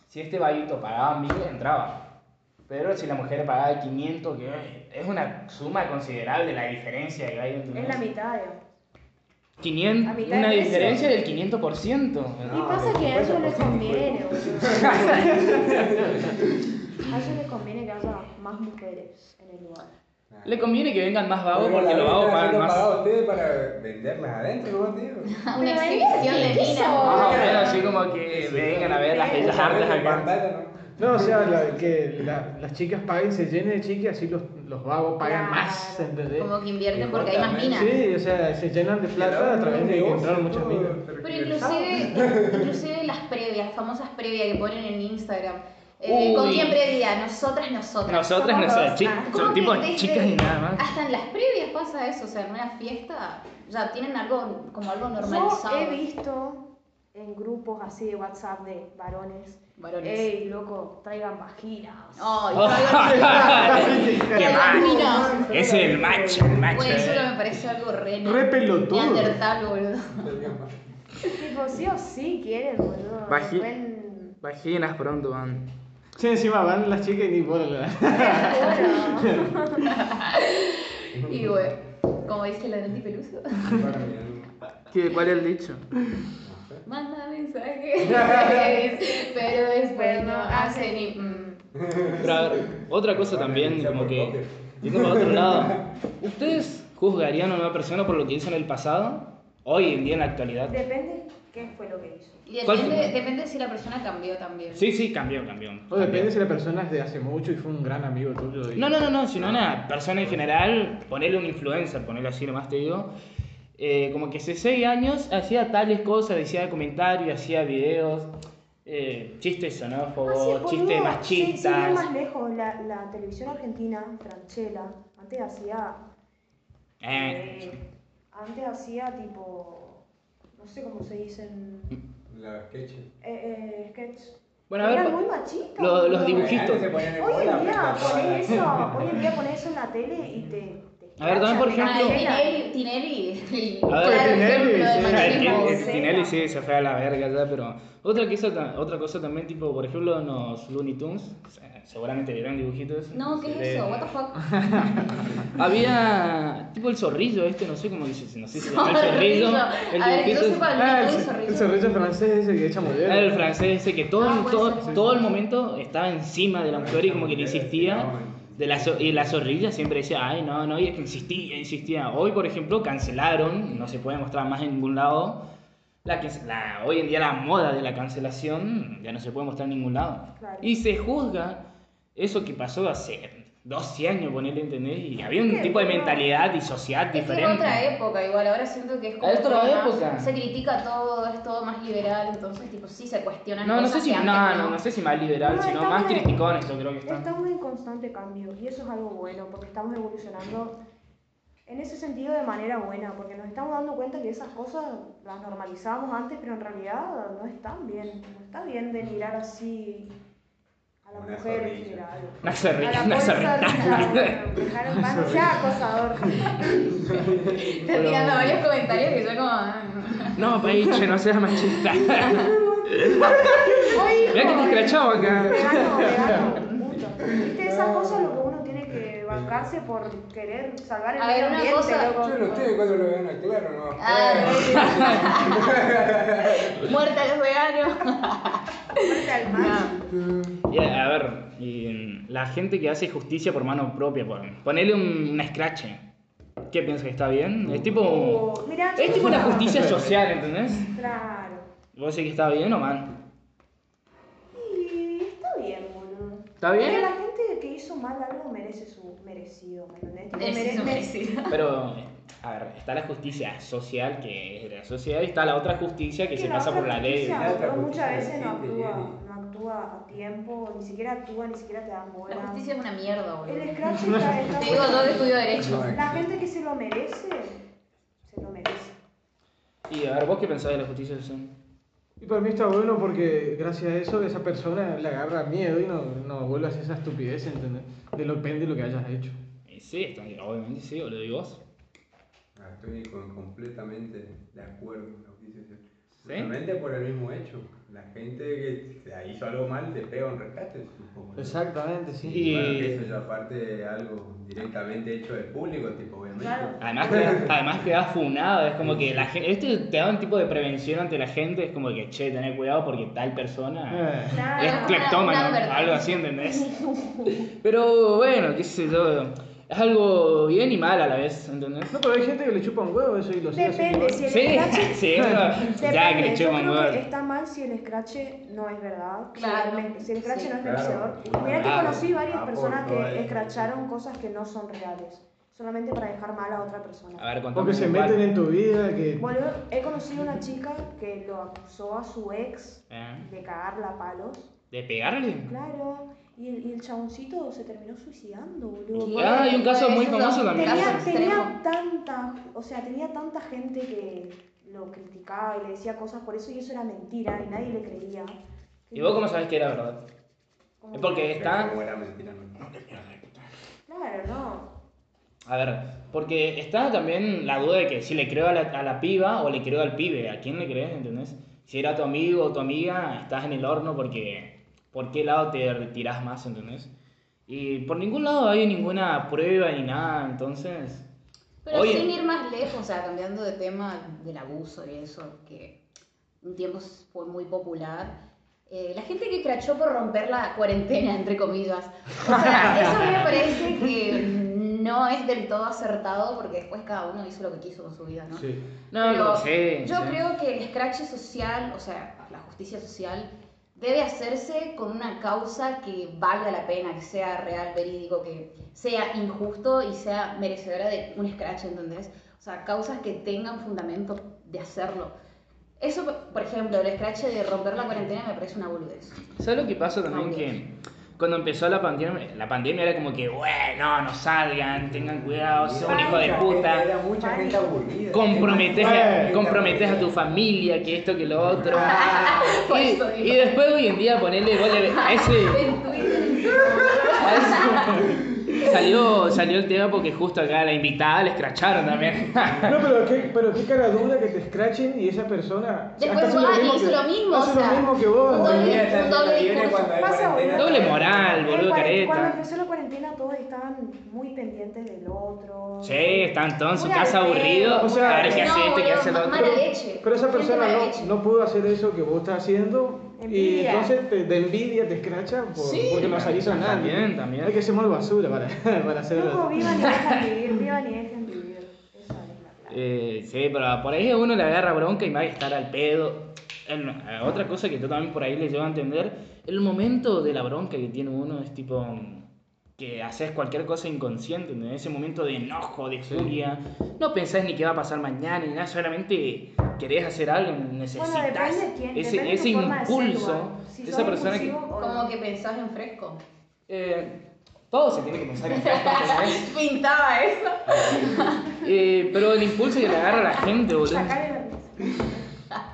Speaker 1: si este vaguito pagaba mil, entraba. Pero si la mujer pagaba 500, que eh, es una suma considerable la diferencia que hay entre
Speaker 4: Es la mitad, ya.
Speaker 1: 500,
Speaker 4: la mitad
Speaker 1: una
Speaker 4: del precio.
Speaker 1: diferencia del 500%.
Speaker 5: No,
Speaker 4: Y pasa
Speaker 5: por
Speaker 4: que a
Speaker 5: supuesto,
Speaker 4: ellos les
Speaker 5: por
Speaker 4: conviene,
Speaker 1: <laughs>
Speaker 4: boludo. A ellos les conviene que haya más mujeres en el lugar.
Speaker 1: Le conviene que vengan más vagos
Speaker 5: Pero
Speaker 1: porque
Speaker 5: la
Speaker 1: los vagos
Speaker 5: verdad,
Speaker 1: pagan
Speaker 5: ¿no
Speaker 1: más.
Speaker 5: pagaba ustedes para venderlas adentro, ¿no, tío?
Speaker 4: <laughs>
Speaker 2: Una
Speaker 4: Pero este
Speaker 2: exhibición
Speaker 4: es-
Speaker 2: de
Speaker 4: ¿qué
Speaker 2: minas.
Speaker 4: hizo?
Speaker 1: Más o menos así como que vengan a ver las bellas artes acá.
Speaker 3: No, o sea, la- que la- las chicas paguen, se llenen de chicas, así los, los vagos pagan
Speaker 4: Claro.
Speaker 3: más, ¿entendés?
Speaker 2: Como que invierten porque hay más
Speaker 5: Exactamente.
Speaker 2: minas.
Speaker 3: ¿eh? Sí, o sea, se llenan de plata a través de que entraron muchas minas.
Speaker 2: Pero
Speaker 5: <laughs>
Speaker 2: inclusive, inclusive las previas, las famosas previas que ponen en Instagram. Eh, ¿Con
Speaker 1: Uy.
Speaker 2: quién previa? Nosotras, nosotras.
Speaker 1: Nosotras,
Speaker 4: Somos
Speaker 1: nosotras,
Speaker 4: dos,
Speaker 1: chi-
Speaker 4: ah.
Speaker 1: son
Speaker 2: ¿Cómo que
Speaker 1: tipo
Speaker 2: desde-
Speaker 1: chicas y nada más.
Speaker 2: Hasta en las previas pasa eso, o sea, en una fiesta ya tienen algo como algo
Speaker 4: Yo
Speaker 2: normalizado.
Speaker 4: he visto en grupos así de WhatsApp de varones.
Speaker 2: Varones.
Speaker 4: Ey, loco, traigan vaginas.
Speaker 2: Ay, traigan
Speaker 1: Oh. <laughs> Qué
Speaker 2: Traigan
Speaker 1: mal.
Speaker 2: minas.
Speaker 1: Es el macho, el macho.
Speaker 2: Güey, eso me parece algo re.
Speaker 3: Re pelotudo.
Speaker 2: Neandertal, boludo.
Speaker 4: Tipo, sí o sí quieren, boludo.
Speaker 1: Vagi-
Speaker 4: <laughs> Buen-
Speaker 1: Vaginas pronto van.
Speaker 3: Sí, encima van las chicas y ni bola
Speaker 1: <laughs>
Speaker 3: le dan.
Speaker 4: Bueno,
Speaker 2: Y güey, como dice la Nati Peluso.
Speaker 1: ¿Qué- ¿Cuál es el dicho?
Speaker 2: Manda
Speaker 3: <laughs>
Speaker 2: mensajes, pero después no hace ni. mm.
Speaker 1: Pero a ver, otra cosa también, como que. Yendo para otro lado. ¿Ustedes juzgarían a una persona por lo que hizo en el pasado? Hoy en día, en la actualidad.
Speaker 4: depende qué fue lo que hizo.
Speaker 2: Y
Speaker 1: ¿Cuál-
Speaker 2: depende, depende si la persona cambió también.
Speaker 1: Sí, sí, cambió, cambió.
Speaker 3: O depende si la persona es de hace mucho y fue un gran amigo tuyo. y-
Speaker 1: No, no, no, no, sino una persona en general, ponerle un influencer, ponerle así nomás te digo, eh, como que hace seis años hacía tales cosas, decía comentarios, hacía videos, eh, chistes
Speaker 4: Ah, sí,
Speaker 1: xenófobos,
Speaker 4: boludo.
Speaker 1: chistes
Speaker 4: Sí, sí, ir
Speaker 1: machistas.
Speaker 4: más lejos, la, la televisión argentina, Franchella, antes hacía.
Speaker 1: Eh,
Speaker 4: eh, antes hacía tipo. No sé cómo se dicen.
Speaker 5: La sketch.
Speaker 4: Eh, eh, sketch.
Speaker 1: Bueno, a ver,
Speaker 4: Eran
Speaker 1: pa-
Speaker 4: muy machistas.
Speaker 1: lo- los
Speaker 4: boludo.
Speaker 1: dibujitos. Dibujito.
Speaker 5: Antes se ponían en
Speaker 4: Hoy
Speaker 5: bola,
Speaker 4: en día
Speaker 5: pero para-
Speaker 4: pones eso, hoy en día pones eso en la tele y te. te
Speaker 1: A ver, dame por
Speaker 4: escrachan,
Speaker 1: ejemplo-
Speaker 4: te
Speaker 2: Ah,
Speaker 4: escrachan.
Speaker 2: Tinelli, Tinelli, el
Speaker 1: A ver,
Speaker 2: claro
Speaker 3: Tinelli,
Speaker 2: ejemplo de
Speaker 3: sí.
Speaker 2: machismo.
Speaker 1: Tinelli,
Speaker 4: sí.
Speaker 1: Tinelli sí se fue a la verga ya, pero otra cosa, ta- otra cosa también, tipo, por ejemplo, en los Looney Tunes, se- seguramente vieron dibujitos.
Speaker 2: No, ¿qué
Speaker 1: de-
Speaker 2: es eso? What the fuck?
Speaker 1: Había tipo el zorrillo este, no sé cómo que se, no sé si
Speaker 2: <laughs>
Speaker 1: se llama el
Speaker 2: Zorrillo.
Speaker 1: zorrillo.
Speaker 2: A ver, que no
Speaker 1: dibujito-
Speaker 2: sepa-
Speaker 3: Ah,
Speaker 2: ¿no
Speaker 3: el,
Speaker 2: es zorrillo?
Speaker 3: el zorrillo francés ese que echa modelo.
Speaker 1: Era el francés ese que todo,
Speaker 2: Ah, puede
Speaker 1: todo,
Speaker 2: ser.
Speaker 1: todo el momento estaba encima de la mujer y como que le insistía. De la, zo- y la zorrilla siempre decía, ay, no, no, y es que insistía, insistía. Hoy, por ejemplo, cancelaron, no se puede mostrar más en ningún lado. La, que- la- hoy en día la moda de la cancelación ya no se puede mostrar en ningún lado.
Speaker 4: Claro.
Speaker 1: Y se juzga eso que pasó hace 12 años, ponerle, ¿entendés? Y había
Speaker 4: Es
Speaker 1: un
Speaker 4: que,
Speaker 1: tipo de
Speaker 4: bueno,
Speaker 1: mentalidad y sociedad
Speaker 2: Es que
Speaker 1: diferente.
Speaker 2: era otra época, igual ahora siento que es como
Speaker 1: Es otra
Speaker 2: todo más-
Speaker 1: época.
Speaker 2: se critica todo, es todo más liberal, entonces tipo sí se cuestionan
Speaker 1: No, no
Speaker 2: cosas
Speaker 1: sé si,
Speaker 2: que
Speaker 1: no,
Speaker 2: antes
Speaker 1: no, no sé si más liberal,
Speaker 4: No,
Speaker 1: sino
Speaker 4: está
Speaker 1: más
Speaker 4: bien.
Speaker 1: criticones, yo creo que están.
Speaker 4: Estamos en constante cambio y eso es algo bueno porque estamos evolucionando en ese sentido de manera buena, porque nos estamos dando cuenta que esas cosas las normalizábamos antes, pero en realidad no están bien. No está bien denigrar así a la
Speaker 5: Una
Speaker 4: mujer en
Speaker 5: zorrilla.
Speaker 4: general.
Speaker 1: <laughs> Una
Speaker 4: A la
Speaker 1: zorrilla, una
Speaker 4: fuerza, claro,
Speaker 1: zorrilla.
Speaker 4: dejar en paz, no sea acosador.
Speaker 2: Están tirando varios comentarios que yo como... ah,
Speaker 1: <laughs> No, Peiche, no seas
Speaker 4: <laughs>
Speaker 1: machista.
Speaker 4: Hoy,
Speaker 1: Mira que te
Speaker 4: como-
Speaker 1: escrachamos acá. <laughs>
Speaker 4: Vegano, vegano, puto. Viste, esas cosas lo que uno tiene que bancarse por querer salvar el
Speaker 2: A
Speaker 4: medio
Speaker 2: ver, una
Speaker 4: ambiente,
Speaker 2: cosa-
Speaker 4: loco.
Speaker 5: Yo no sé cuando lo vean a claro, no.
Speaker 2: Ah, <laughs> Muerta los
Speaker 1: <laughs>
Speaker 2: veganos.
Speaker 4: Muerte
Speaker 1: Ah.
Speaker 4: al macho.
Speaker 1: Y, eh, a ver, y, mm, la gente que hace justicia por mano propia, por, ponele un, un escrache. ¿Qué piensas que está bien? Es tipo.
Speaker 4: Oh, mirá,
Speaker 1: Es tipo una <laughs>
Speaker 4: chico.
Speaker 1: justicia social, ¿entendés?
Speaker 4: Claro.
Speaker 1: ¿Vos decís que está bien o mal?
Speaker 4: Y está bien, boludo.
Speaker 1: ¿Está bien?
Speaker 4: Porque la gente que hizo mal algo merece su merecido, ¿me entendés? Tipo,
Speaker 2: Merece su merecido.
Speaker 1: Pero, a ver, está la justicia social, que es de la sociedad, y está la otra justicia que
Speaker 4: que
Speaker 1: se
Speaker 4: la
Speaker 1: pasa
Speaker 4: otra
Speaker 1: por la ley.
Speaker 4: justicia,
Speaker 5: La otra
Speaker 4: boludo,
Speaker 5: justicia
Speaker 4: muchas veces no
Speaker 5: existe,
Speaker 4: actúa,
Speaker 5: viene.
Speaker 4: no actúa a tiempo, ni siquiera actúa, ni siquiera te dan bola.
Speaker 2: La justicia es una mierda, boludo.
Speaker 4: El scratch está, está
Speaker 2: Te digo yo que estudio Derecho.
Speaker 5: No,
Speaker 4: La gente que se lo merece, se lo merece.
Speaker 1: Y a ver, ¿vos qué pensás de la justicia social?
Speaker 3: Y para mí está bueno porque gracias a eso esa persona le agarra miedo y no, no vuelve a hacer esa estupidez, ¿entendés? De lo depende de lo que hayas hecho.
Speaker 1: Y sí, está- obviamente sí, lo digo vos.
Speaker 5: Ah, Estoy con- completamente de acuerdo con lo que dice usted.
Speaker 1: ¿Sí?
Speaker 5: Justamente por el mismo hecho. La gente que se hizo algo mal te pega un rescate. supongo.
Speaker 3: Exactamente, sí.
Speaker 1: Y-
Speaker 5: Bueno, que eso ya aparte de algo directamente hecho del público, tipo, obviamente.
Speaker 4: Claro.
Speaker 1: Además que además quedas funado, es como que la gente, este te da un tipo de prevención ante la gente, es como que, che, tener cuidado porque tal persona
Speaker 3: Eh.
Speaker 4: Claro.
Speaker 1: es
Speaker 2: una- una
Speaker 1: cleptómano,
Speaker 2: advertencia.
Speaker 1: algo así, ¿entendés? Pero bueno, qué sé yo, es algo bien y mal a la vez, ¿entendés?
Speaker 3: No, pero hay gente que le chupa un huevo eso y lo sigue haciendo.
Speaker 4: Depende, si el
Speaker 1: Sí, <laughs>
Speaker 4: scratch-
Speaker 1: sí, no, ya que
Speaker 4: Depende,
Speaker 1: le
Speaker 4: Este yo
Speaker 1: chupan
Speaker 4: creo que
Speaker 1: huevo.
Speaker 4: está mal si el scratch no es verdad. si
Speaker 2: Claro.
Speaker 4: el- Si el scratch
Speaker 2: Sí.
Speaker 4: no es
Speaker 5: Claro.
Speaker 4: merecedor.
Speaker 5: Claro.
Speaker 4: Mira que
Speaker 1: Claro.
Speaker 4: conocí varias
Speaker 5: Ah,
Speaker 4: personas
Speaker 5: por favor.
Speaker 4: que escracharon cosas que no son reales. Solamente para dejar mal a otra
Speaker 1: A
Speaker 4: persona.
Speaker 1: ver, contame.
Speaker 3: O que se
Speaker 1: igual.
Speaker 3: meten en tu vida, que...
Speaker 4: Bueno, he conocido una chica que lo acusó a su ex
Speaker 1: ¿Eh?
Speaker 4: de cagarla a palos.
Speaker 1: ¿De pegarle?
Speaker 4: Claro. Y el, y el chaboncito se terminó suicidando, boludo.
Speaker 2: Sí.
Speaker 1: Ah, hay un caso
Speaker 2: Eso
Speaker 1: muy
Speaker 2: es
Speaker 1: famoso
Speaker 2: un
Speaker 1: también.
Speaker 2: caso
Speaker 4: Tenía,
Speaker 2: extremo.
Speaker 4: tenía tanta, o sea, tenía tanta gente que lo criticaba y le decía cosas por eso y eso era mentira y nadie le creía.
Speaker 1: ¿Y vos cómo sabes que era verdad?
Speaker 4: Como-
Speaker 1: Es porque está...
Speaker 5: Como era mentira, no.
Speaker 4: Claro, no.
Speaker 1: A ver, porque está también la duda de que si le creo a la, a la piba o le creo al pibe, ¿a quién le crees? ¿Entendés? Si era tu amigo o tu amiga, estás en el horno porque por qué lado te retirás más, ¿entendés? Y por ningún lado hay ninguna prueba ni nada, entonces...
Speaker 2: Pero
Speaker 1: Oye.
Speaker 2: sin ir más lejos, o sea, cambiando de tema del abuso y eso, que un tiempo fue muy popular. eh, la gente que crachó por romper la cuarentena, entre comillas. O sea, eso a mí me parece que no es del todo acertado porque después cada uno hizo lo que quiso con su vida, ¿no?
Speaker 3: Sí.
Speaker 1: No,
Speaker 2: Pero
Speaker 1: no sé.
Speaker 2: Yo
Speaker 1: sí.
Speaker 2: creo que el escrache social, o sea, la justicia social, debe hacerse con una causa que valga la pena, que sea real, verídico, que sea injusto y sea merecedora de un escrache, ¿entendés? O sea, causas que tengan fundamento de hacerlo. Eso, por ejemplo, el escrache de romper la cuarentena me parece una boludez.
Speaker 1: ¿Sabes lo que pasa también?
Speaker 2: Audios.
Speaker 1: Que cuando empezó la pandemia, la pandemia era como que, bueno, no salgan, tengan cuidado, son un hijo de puta.
Speaker 5: Era mucha gente aburrida.
Speaker 1: Comprometes,
Speaker 5: Gente
Speaker 1: comprometes a tu
Speaker 5: aburrida.
Speaker 1: familia, que esto, que lo otro.
Speaker 2: <laughs> Por eso
Speaker 1: Y, y
Speaker 2: digo.
Speaker 1: después hoy en día ponerle gol a ese,
Speaker 2: En Twitter.
Speaker 1: a
Speaker 2: <laughs>
Speaker 1: ese- Salió, salió el tema porque justo acá a la invitada le escracharon también. <laughs>
Speaker 3: No, pero qué, pero qué cara dura que te escrachen y esa persona.
Speaker 2: Después
Speaker 3: hasta hace
Speaker 2: va y
Speaker 3: mismo
Speaker 2: hizo
Speaker 3: que-
Speaker 2: lo mismo,
Speaker 3: Hace
Speaker 2: o sea,
Speaker 3: lo mismo que vos.
Speaker 2: todo
Speaker 5: Aburrida
Speaker 2: Un
Speaker 5: está en
Speaker 2: doble
Speaker 5: la viene
Speaker 2: discurso.
Speaker 5: cuando hay
Speaker 4: Pasa
Speaker 5: cuarentena.
Speaker 4: boludo.
Speaker 1: Doble moral, boludo,
Speaker 4: cuaren- Cuando
Speaker 1: careta.
Speaker 4: empezó la cuarentena todos estaban muy pendientes del otro.
Speaker 1: Sí, están todos en su casa aburridos.
Speaker 3: O sea,
Speaker 1: a ver qué
Speaker 2: No,
Speaker 1: hace este, qué
Speaker 2: boludo,
Speaker 1: hace el
Speaker 2: ma-
Speaker 1: otro.
Speaker 2: mala leche.
Speaker 3: Pero esa
Speaker 2: Gente
Speaker 3: persona
Speaker 2: mala
Speaker 3: no,
Speaker 2: leche.
Speaker 3: no pudo hacer eso que vos estás haciendo. Y
Speaker 4: Envidia.
Speaker 3: entonces te, de envidia te escracha por-
Speaker 1: Sí,
Speaker 3: porque no salís a nadie.
Speaker 1: también, también.
Speaker 3: Hay que ser muy basura para, <laughs> para hacer
Speaker 4: Loco,
Speaker 3: eso.
Speaker 4: vivan y dejen vivir, vivan y dejen vivir. Esa es la clave.
Speaker 1: Eh, sí, pero por ahí a uno le agarra bronca y va a estar al pedo. Él no- eh, otra cosa que yo también por ahí le llevo a entender, el momento de la bronca que tiene uno es tipo mm, que haces cualquier cosa inconsciente, en ese momento de enojo, de furia, no pensás ni qué va a pasar mañana, ni nada, solamente querés hacer algo, necesitas
Speaker 4: Bueno, depende de quién,
Speaker 1: ese,
Speaker 4: depende de tu
Speaker 1: ese
Speaker 4: forma de ser
Speaker 1: impulso,
Speaker 4: igual. Si
Speaker 1: esa
Speaker 4: sos
Speaker 1: persona que...
Speaker 4: impulsivo o
Speaker 2: Como
Speaker 4: no.
Speaker 2: que pensás en fresco.
Speaker 1: eh, todo se tiene que pensar en <laughs> fresco, ¿entendés?
Speaker 2: Pintaba eso.
Speaker 1: Eh, pero el impulso que le agarra a la gente, boludo.
Speaker 4: Sacale la risa.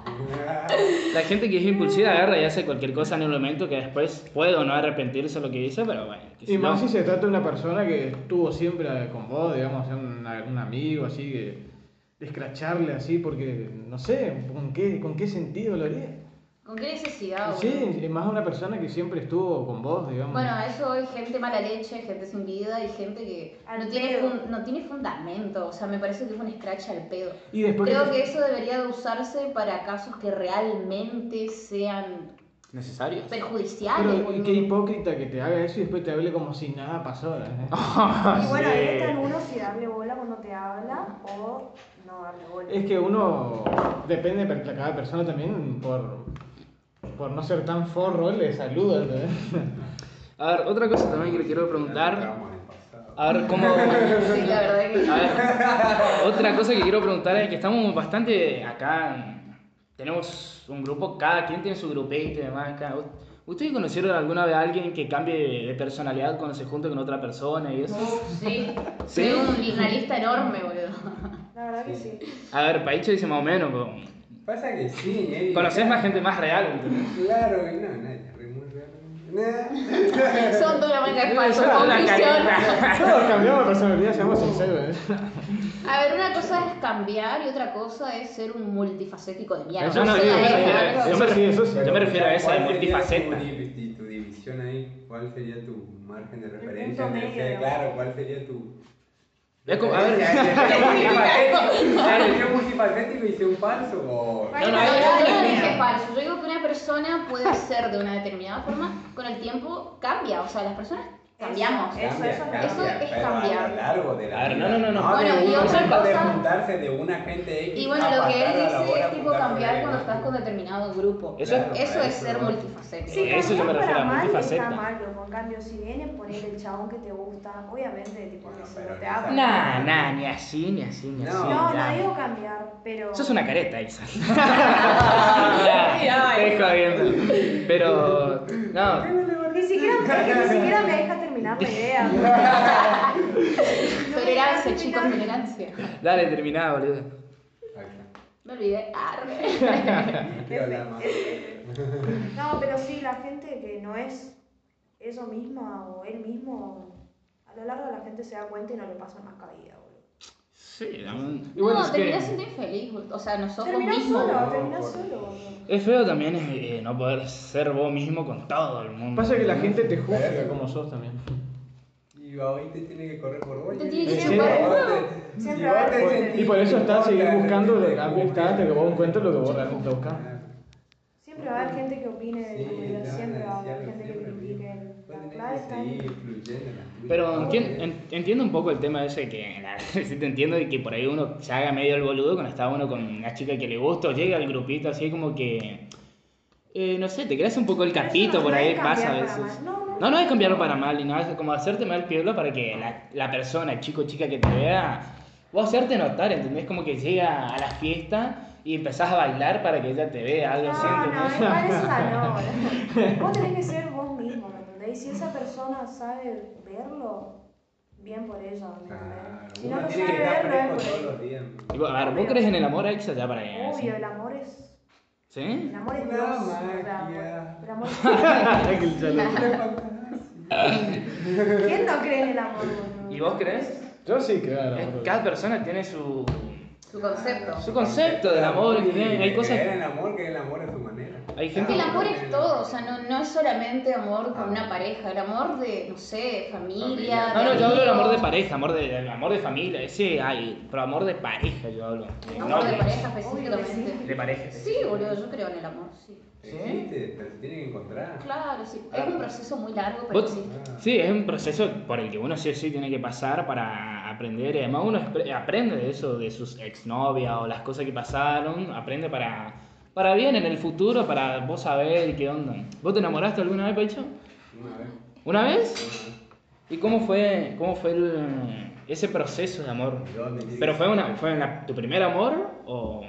Speaker 1: La gente que es impulsiva agarra y hace cualquier cosa en el momento que después puede o no arrepentirse de lo que dice, pero bueno. que si
Speaker 3: Y más
Speaker 1: no-
Speaker 3: si se trata de una persona que estuvo siempre con vos, digamos, sea un, un amigo así, que de escracharle así, porque no sé, ¿con qué, con qué sentido lo haría?
Speaker 2: ¿Con qué necesidad? boludo?
Speaker 3: Sí, y más una persona que siempre estuvo con vos, digamos.
Speaker 2: Ah, Bueno, a eso hay gente mala leche, gente sin vida y gente que
Speaker 4: Al
Speaker 2: no tiene,
Speaker 4: pedo.
Speaker 2: fun- no tiene fundamento. O sea, me parece que es un scratch al pedo.
Speaker 3: y después
Speaker 2: Creo
Speaker 3: te-
Speaker 2: que eso debería de usarse para casos que realmente sean
Speaker 1: ¿Necesarios?
Speaker 2: perjudiciales.
Speaker 3: Pero y
Speaker 2: boludo.
Speaker 3: qué hipócrita que te haga eso y después te hable como si nada pasó. ¿eh?
Speaker 4: Y bueno, ahí está en uno si darle bola cuando te habla o no darle bola.
Speaker 3: Es que uno depende de per- cada persona también por, por no ser tan forro, le
Speaker 1: <laughs>
Speaker 3: saluda. ¿entendés?
Speaker 1: A ver, otra cosa también que le quiero preguntar.
Speaker 5: Vamos al pasado.
Speaker 1: A ver, ¿cómo.?
Speaker 2: Sí, la verdad que.
Speaker 1: A ver, otra cosa que quiero preguntar es que estamos bastante acá. Tenemos un grupo, cada quien tiene su grupete y demás. Acá. ¿Ustedes conocieron alguna vez a alguien que cambie de personalidad cuando se junta con otra persona y eso?
Speaker 2: Sí,
Speaker 1: Sí.
Speaker 2: Tengo un- una lista enorme,
Speaker 3: <laughs>
Speaker 2: boludo.
Speaker 4: La verdad que sí.
Speaker 1: A ver, Paicho dice más o menos. pero-
Speaker 5: Pasa que sí, eh.
Speaker 1: Conoces más gente más real, ¿entendés?
Speaker 5: Claro, y no, nadie, re muy real. Nah.
Speaker 2: Son de una manga de falso,
Speaker 1: Son una
Speaker 2: conclusión.
Speaker 1: careta.
Speaker 3: Todos cambiamos de personalidad, seamos sinceros. ¿eh?
Speaker 2: A ver, una cosa es cambiar y otra cosa es ser un multifacético de mierda.
Speaker 1: Eso no,
Speaker 2: Eso
Speaker 1: yo me
Speaker 2: es
Speaker 1: refiero a
Speaker 2: algo-
Speaker 1: eso.
Speaker 3: Eso sí, eso sí.
Speaker 1: Yo me refiero a esa de
Speaker 5: ¿Cuál sería
Speaker 1: multifaceta.
Speaker 5: Tu, div- tu división ahí, ¿cuál sería tu margen de referencia?
Speaker 4: punto
Speaker 5: en el-
Speaker 4: medio.
Speaker 5: Claro, ¿cuál sería tu.
Speaker 1: Es como- a
Speaker 5: <laughs>
Speaker 1: ver. <laughs>
Speaker 5: Ya, ya,
Speaker 2: <laughs>
Speaker 5: ya, multifacético. Ya, ya, ya, multifacético y hice un falso o.
Speaker 1: No, no,
Speaker 2: Yo
Speaker 1: eso
Speaker 2: no
Speaker 1: es lo
Speaker 2: dije
Speaker 1: mismo.
Speaker 2: falso. Yo digo que una persona puede ser de una determinada forma, con el tiempo cambia. O sea, las personas cambiamos.
Speaker 4: Eso, eso no.
Speaker 5: cambia,
Speaker 2: Eso es
Speaker 5: pero
Speaker 2: cambiar.
Speaker 5: A lo largo de la
Speaker 1: A ver, no,
Speaker 5: vida.
Speaker 1: no, no, no.
Speaker 5: de
Speaker 2: Bueno, y
Speaker 5: un
Speaker 2: otra
Speaker 5: momento de
Speaker 2: cosa-
Speaker 5: juntarse de una gente X.
Speaker 2: Y bueno,
Speaker 5: a
Speaker 2: lo que él
Speaker 5: pasar a la
Speaker 2: dice
Speaker 5: hora
Speaker 2: es tipo
Speaker 5: juntarse con
Speaker 2: cambiar
Speaker 5: alguien
Speaker 2: cuando
Speaker 5: más.
Speaker 2: estás con determinado grupo.
Speaker 1: Eso es-
Speaker 5: Claro,
Speaker 2: Eso
Speaker 5: para
Speaker 2: es ser
Speaker 5: ¿no?
Speaker 2: multifacético.
Speaker 4: Sí,
Speaker 1: Eso yo me
Speaker 4: cambiar
Speaker 1: refiero a
Speaker 4: para mal
Speaker 1: multifaceta.
Speaker 4: está mal, loco. En cambio, si viene por el chabón que te gusta, obviamente, tipo,
Speaker 5: Bueno,
Speaker 4: no, sé,
Speaker 5: pero
Speaker 4: no te
Speaker 5: no
Speaker 4: habla.
Speaker 5: sabe.
Speaker 1: Nah, Ah, nah, ni así, ni así, ni
Speaker 5: No.
Speaker 1: así.
Speaker 4: No,
Speaker 1: nah.
Speaker 4: no digo cambiar, pero.
Speaker 1: Sos una careta, Isa. Estoy jodiendo. Pero. No.
Speaker 2: <laughs>
Speaker 4: Ni siquiera,
Speaker 5: <laughs>
Speaker 4: ni siquiera me deja terminar la idea. No me deja
Speaker 2: Tolerancia, chicos,
Speaker 4: terminar.
Speaker 2: tolerancia.
Speaker 1: Dale, terminá, boludo.
Speaker 5: Ahí está.
Speaker 2: Me olvidé. Arre.
Speaker 5: Quiero hablar más.
Speaker 4: No, pero sí, la gente que no es eso misma o él mismo, a lo largo la gente se da cuenta y no le pasa más cabida, boludo.
Speaker 1: Sí, también-
Speaker 2: No,
Speaker 1: igual es que-
Speaker 2: terminás siendo infeliz, bol- o sea, nosotros
Speaker 4: Terminás
Speaker 2: mismos.
Speaker 4: solo,
Speaker 5: no,
Speaker 4: terminás
Speaker 5: por-
Speaker 4: solo, boludo.
Speaker 1: Es feo también eh, no poder ser vos mismo con todo el mundo.
Speaker 3: Pasa que la gente te juzga
Speaker 5: Verga.
Speaker 3: como sos también.
Speaker 5: Y a hoy te tiene que correr por vos.
Speaker 2: Te tiene que
Speaker 5: Y
Speaker 3: correr
Speaker 5: vos
Speaker 4: por
Speaker 5: te-
Speaker 4: vos.
Speaker 5: y
Speaker 4: Siempre
Speaker 5: vos
Speaker 4: va a
Speaker 5: te
Speaker 4: haber-
Speaker 5: sentís
Speaker 3: Y por eso está
Speaker 5: importante,
Speaker 3: seguir buscando
Speaker 5: te
Speaker 3: la amistad hasta que vos encuentres lo que vos realmente buscas.
Speaker 1: <laughs>
Speaker 4: Siempre va a haber gente que opine de tu
Speaker 5: Sí,
Speaker 4: manera,
Speaker 5: te van a
Speaker 4: siempre va a
Speaker 5: decir
Speaker 4: haber
Speaker 5: algo,
Speaker 4: gente que
Speaker 5: siempre,
Speaker 4: critique.
Speaker 5: amigo.
Speaker 4: La
Speaker 5: Vos
Speaker 4: clave
Speaker 5: tenés que
Speaker 4: está
Speaker 5: seguir
Speaker 4: ahí.
Speaker 5: fluyendo en las tuyas.
Speaker 1: Pero entien- en- entiendo un poco el tema ese que <laughs> la, sí te entiendo de que por ahí uno se haga medio el boludo cuando está uno con una chica que le gusta o llega al grupito así como que eh, no sé, te creas un poco el
Speaker 4: Pero eso
Speaker 1: capito
Speaker 4: no-
Speaker 1: por
Speaker 4: no
Speaker 1: ahí
Speaker 4: es
Speaker 1: pasa a
Speaker 4: cambiar para
Speaker 1: veces.
Speaker 4: mal, no, no.
Speaker 1: No, no es cambiarlo para mal, y no es como hacerte mal piola para que la, la persona, el chico, chica que te vea, vos hacerte notar, ¿entendés? Como que llega a la fiesta y empezás a bailar para que ella te vea, algo así,
Speaker 4: No, no,
Speaker 1: ¿entendés?
Speaker 4: igual eso
Speaker 5: <laughs>
Speaker 4: ya no. Vos tenés que ser vos mismo, ¿me entendés? Y si esa persona sabe verlo, bien por ella, ¿me
Speaker 5: Claro,
Speaker 4: entendés? Si no
Speaker 5: uno
Speaker 4: lo
Speaker 5: tiene
Speaker 4: sabe
Speaker 5: que estar
Speaker 4: ver, no es
Speaker 5: fresco
Speaker 4: por
Speaker 5: todos los
Speaker 4: ella.
Speaker 5: días. man.
Speaker 1: <laughs> Y vos- a ver, ¿vos crees en el amor ex ya para que-
Speaker 4: Obvio, el amor es...
Speaker 1: ¿Sí?
Speaker 4: El amor es
Speaker 5: La
Speaker 4: Dios.
Speaker 5: magia.
Speaker 4: o sea, El amor es ¿Quién no cree en el amor? boludo?
Speaker 1: ¿Y vos crees?
Speaker 3: Yo sí, claro.
Speaker 1: Es- Cada persona tiene su.
Speaker 2: Su concepto.
Speaker 1: Su concepto del amor,
Speaker 5: y
Speaker 1: tiene- hay
Speaker 5: de
Speaker 1: cosas-
Speaker 5: creer en el amor, que el amor es su manera.
Speaker 1: Hay
Speaker 2: Es
Speaker 1: gente
Speaker 2: que el amor es todo, o sea, no, no es solamente amor con
Speaker 5: Ah.
Speaker 2: una pareja, el amor de, no sé, familia.
Speaker 5: Familia.
Speaker 1: No, no, yo hablo del amor de
Speaker 2: amigos,
Speaker 1: pareja, amor de, del amor de familia, ese hay, pero amor de pareja yo hablo. De
Speaker 2: Amor de
Speaker 1: novios.
Speaker 2: pareja
Speaker 1: De
Speaker 2: específicamente.
Speaker 1: pareja.
Speaker 2: Sí, boludo, yo creo en el amor, sí.
Speaker 5: Existe, pero se tiene que encontrar.
Speaker 2: Claro, sí. Es un proceso muy largo, pero
Speaker 1: Vos-
Speaker 2: sí.
Speaker 1: Sí, es un proceso por el que uno sí o sí tiene que pasar para aprender. Y además uno espre- aprende de eso, de sus exnovias o las cosas que pasaron. Aprende para, para bien en el futuro, para vos saber qué onda. ¿Vos te enamoraste alguna vez, Paicho?
Speaker 5: Ah, Una vez.
Speaker 1: ¿Una vez? ¿Y cómo fue, cómo fue el- ese proceso de amor?
Speaker 5: ¿Dónde tiene
Speaker 1: ¿Pero
Speaker 5: que-
Speaker 1: fue, una, fue una- tu primer amor o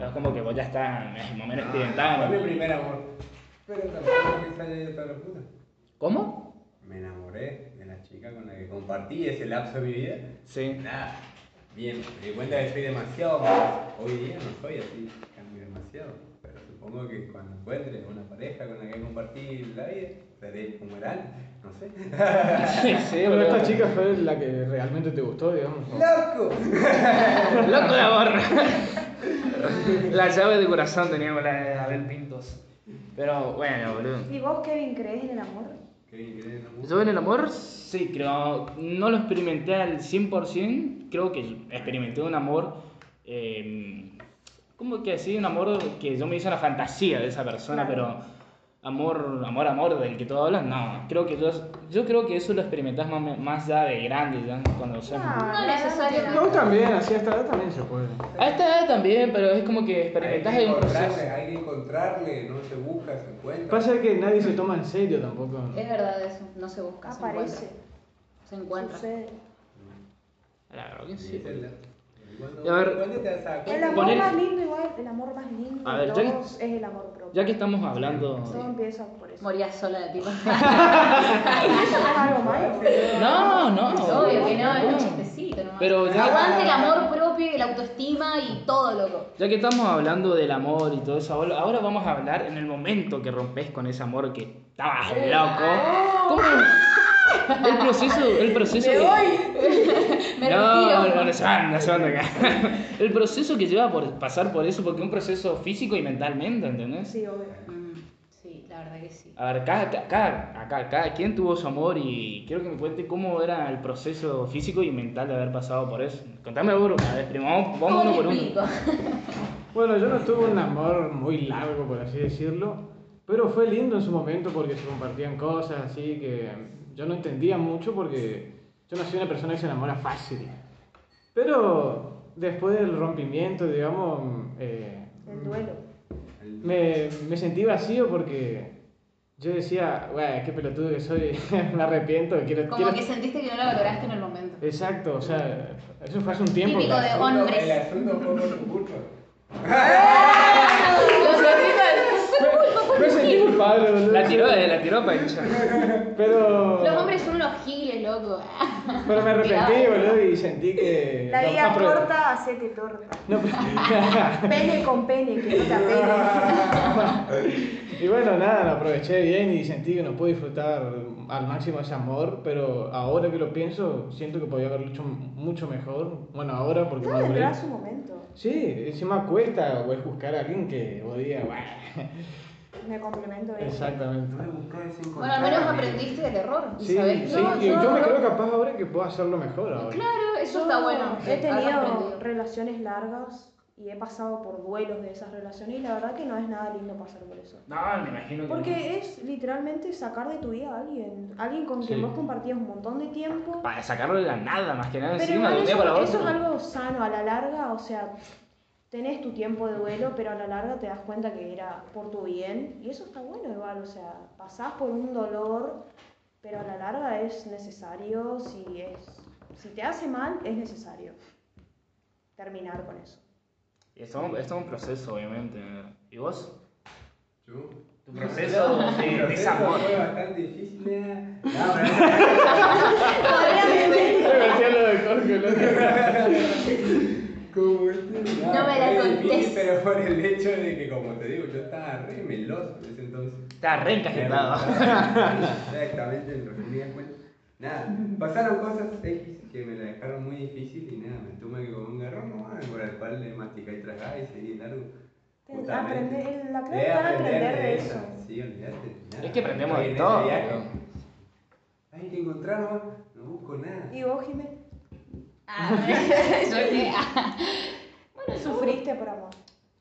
Speaker 1: es como que vos ya estás en el momento
Speaker 5: Ah,
Speaker 1: experimentado?
Speaker 5: Fue mi primer amor. Pero tampoco me sale de toda la puta.
Speaker 1: ¿Cómo?
Speaker 5: Me enamoré de la chica con la que compartí ese lapso de mi vida.
Speaker 1: Sí. <laughs>
Speaker 5: Nada. Bien, me di cuenta que soy demasiado. más. Hoy día no soy así, cambio demasiado. Pero supongo que cuando encuentre una pareja con la que compartir la vida, seré como era antes, no sé.
Speaker 1: sí, sí,
Speaker 3: Pero
Speaker 1: boludo.
Speaker 3: esta chica fue la que realmente te gustó,
Speaker 5: <laughs>
Speaker 3: digamos.
Speaker 5: ¡Loco!
Speaker 1: Loco la
Speaker 5: <laughs>
Speaker 1: borra. la llave de corazón teníamos la de Abel Pintos. Pero bueno, boludo.
Speaker 4: ¿Y vos, Kevin, crees en el amor?
Speaker 5: Qué bien que eres, ¿no?
Speaker 1: Yo en el amor, sí, creo. No lo experimenté al 100%. Creo que experimenté un amor. eh, ¿Cómo que así? Un amor que yo me hice una fantasía de esa persona, pero. Amor, amor, amor del que todos hablan, no. Creo que yo, yo creo que eso lo experimentás más, más ya de grande, ya cuando sos-
Speaker 2: No
Speaker 4: realmente
Speaker 2: necesariamente.
Speaker 3: No, también, así hasta edad también se puede.
Speaker 1: A esta edad también, pero es como que
Speaker 5: Hay
Speaker 1: experimentás
Speaker 5: que
Speaker 1: el
Speaker 5: encontrarle,
Speaker 1: proceso.
Speaker 5: hay que encontrarle, no se busca, se encuentra.
Speaker 3: Pasa que nadie se toma en serio tampoco.
Speaker 2: Es verdad eso, no se busca, se
Speaker 4: Aparece,
Speaker 2: encuentra. Se encuentra.
Speaker 4: sucede.
Speaker 1: La verdad que
Speaker 5: Sí,
Speaker 1: sí.
Speaker 5: es verdad.
Speaker 1: Y a ver-
Speaker 5: ¿Cuándo te vas a dar
Speaker 4: El
Speaker 5: cuenta?
Speaker 4: amor
Speaker 1: Ponele-
Speaker 4: más lindo igual, el amor más lindo
Speaker 1: A
Speaker 4: de
Speaker 1: ver, ya que-
Speaker 4: todos es el amor propio.
Speaker 1: Ya que estamos hablando.
Speaker 4: Todo empieza por eso.
Speaker 2: Moría sola
Speaker 1: <laughs>
Speaker 2: la tipa.
Speaker 4: <laughs> ¿Eso es algo malo? ¿eh?
Speaker 1: No, no.
Speaker 2: Obvio que no, es un chistecito nomás.
Speaker 1: Pero ya-
Speaker 2: Aguante el amor propio y la autoestima y todo, loco.
Speaker 1: Ya que estamos hablando del amor y todo eso, ahora ahora vamos a hablar en el momento que rompes con ese amor que estabas loco. ¿Cómo? El proceso, el proceso. que-
Speaker 2: Me
Speaker 1: no,
Speaker 2: retiro.
Speaker 1: no, no se van, no se van de acá. <laughs> El proceso que lleva por pasar por eso, porque es un proceso físico y mentalmente, ¿entendés?
Speaker 4: Sí, obvio.
Speaker 2: Mm, Sí, la verdad que sí.
Speaker 1: A ver, cada, ca- cada, acá, cada quien tuvo su amor y quiero que me cuente cómo era el proceso físico y mental de haber pasado por eso. Contame uno, a ver, primo, vamos, vamos uno
Speaker 2: ¿Cómo
Speaker 1: por
Speaker 2: te
Speaker 1: uno.
Speaker 2: explico?
Speaker 3: Bueno, yo no tuve un amor muy largo, por así decirlo, pero fue lindo en su momento porque se compartían cosas así que yo no entendía mucho porque yo no soy una persona que se enamora fácil. Pero después del rompimiento, digamos, eh,
Speaker 4: El duelo.
Speaker 3: me, me sentí vacío porque yo decía, "Güey, qué pelotudo que soy, <laughs> me arrepiento, quiero...
Speaker 2: Como
Speaker 3: quiero-". <laughs>
Speaker 2: que sentiste que no la valoraste en el
Speaker 1: Eh.
Speaker 2: momento.
Speaker 3: Exacto, o sea, eso fue hace un tiempo.
Speaker 2: Típico de
Speaker 5: El asunto-
Speaker 2: hombres.
Speaker 5: El asunto fue por tu culpa.
Speaker 2: Los hombres-
Speaker 3: Me, me sentí
Speaker 2: <laughs>
Speaker 3: culpable, boludo.
Speaker 1: La tiró, eh, la tiró Pancho.
Speaker 3: Pero.
Speaker 1: <laughs>
Speaker 2: Los hombres son unos giles, loco.
Speaker 3: Pero me arrepentí, boludo, y
Speaker 2: <laughs>
Speaker 3: sentí
Speaker 1: Eh,
Speaker 3: que.
Speaker 4: La
Speaker 3: no-
Speaker 4: vida
Speaker 3: no, pero-
Speaker 4: corta, hacete torta.
Speaker 3: no,
Speaker 4: <laughs>
Speaker 3: pero-
Speaker 4: Pene con pene, que no
Speaker 1: <laughs>
Speaker 4: te apene.
Speaker 3: y bueno, nada, lo aproveché bien y sentí que no pude disfrutar al máximo ese amor, pero ahora que lo pienso, siento que podía haberlo hecho mucho mejor. Bueno, ahora porque
Speaker 4: Todo
Speaker 3: maduré.
Speaker 4: tendrá su momento.
Speaker 3: Sí, encima cuesta güey, buscar a alguien que odie. bueno,
Speaker 4: Me complemento bien.
Speaker 3: Exactamente.
Speaker 2: Bueno, al menos aprendiste del error. y
Speaker 3: Sí,
Speaker 2: sabés-
Speaker 3: sí,
Speaker 2: no,
Speaker 3: y yo,
Speaker 2: no,
Speaker 3: me
Speaker 2: no.
Speaker 3: creo capaz ahora que puedo hacerlo mejor ahora.
Speaker 2: Claro, eso
Speaker 4: Yo
Speaker 2: está bueno.
Speaker 4: He
Speaker 2: que hayas
Speaker 4: tenido
Speaker 2: aprendido.
Speaker 4: relaciones largas y he pasado por duelos de esas relaciones y la verdad que no es nada lindo pasar por eso.
Speaker 1: No, me imagino que.
Speaker 4: Porque es literalmente sacar de tu vida a alguien, alguien con quien
Speaker 3: Sí.
Speaker 4: vos compartías un montón de tiempo.
Speaker 1: Para sacarlo de la nada, más que nada
Speaker 4: Pero
Speaker 1: encima, de
Speaker 4: igual
Speaker 1: un día para
Speaker 4: eso, eso es
Speaker 1: otro.
Speaker 4: algo sano a la larga, o sea, tenés tu tiempo de duelo, pero a la larga te das cuenta que era por tu bien y eso está bueno igual, o sea, pasás por un dolor, pero a la larga es necesario, si es si te hace mal es necesario terminar con eso.
Speaker 1: Esto, esto es un proceso, obviamente. ¿Y
Speaker 5: <laughs>
Speaker 1: vos?
Speaker 5: Yo-
Speaker 1: Tu proceso de
Speaker 5: Mi proceso
Speaker 1: desamor.
Speaker 5: Fue bastante difícil. eh. No, pero-
Speaker 3: Me metí a lo de Jorge, loco.
Speaker 5: <laughs> como este,
Speaker 2: No me la
Speaker 5: fue difícil,
Speaker 2: contés.
Speaker 5: Pero por el hecho de que, como te digo, yo estaba re meloso en ese entonces.
Speaker 1: Está re encajetado.
Speaker 5: <laughs> Exactamente, en resumidas cuentas. Nada, pasaron cosas X que me la dejaron muy difícil y nada, me tuve que comer un garrón nomás, por el cual le masticé y tragaba y seguí largo.
Speaker 4: Ten-
Speaker 5: Justamente.
Speaker 4: aprende- eh, la clave
Speaker 5: De
Speaker 4: está en aprender de eso.
Speaker 5: Sí, olvídate. nada.
Speaker 1: Es que aprendemos de
Speaker 5: En ese
Speaker 1: todo,
Speaker 5: viaje,
Speaker 1: pero-
Speaker 5: Hay que encontrar nomás, no busco nada.
Speaker 4: Y vos, Jimé,
Speaker 2: Ah, yo dije, <laughs> ah.
Speaker 4: sufriste por amor.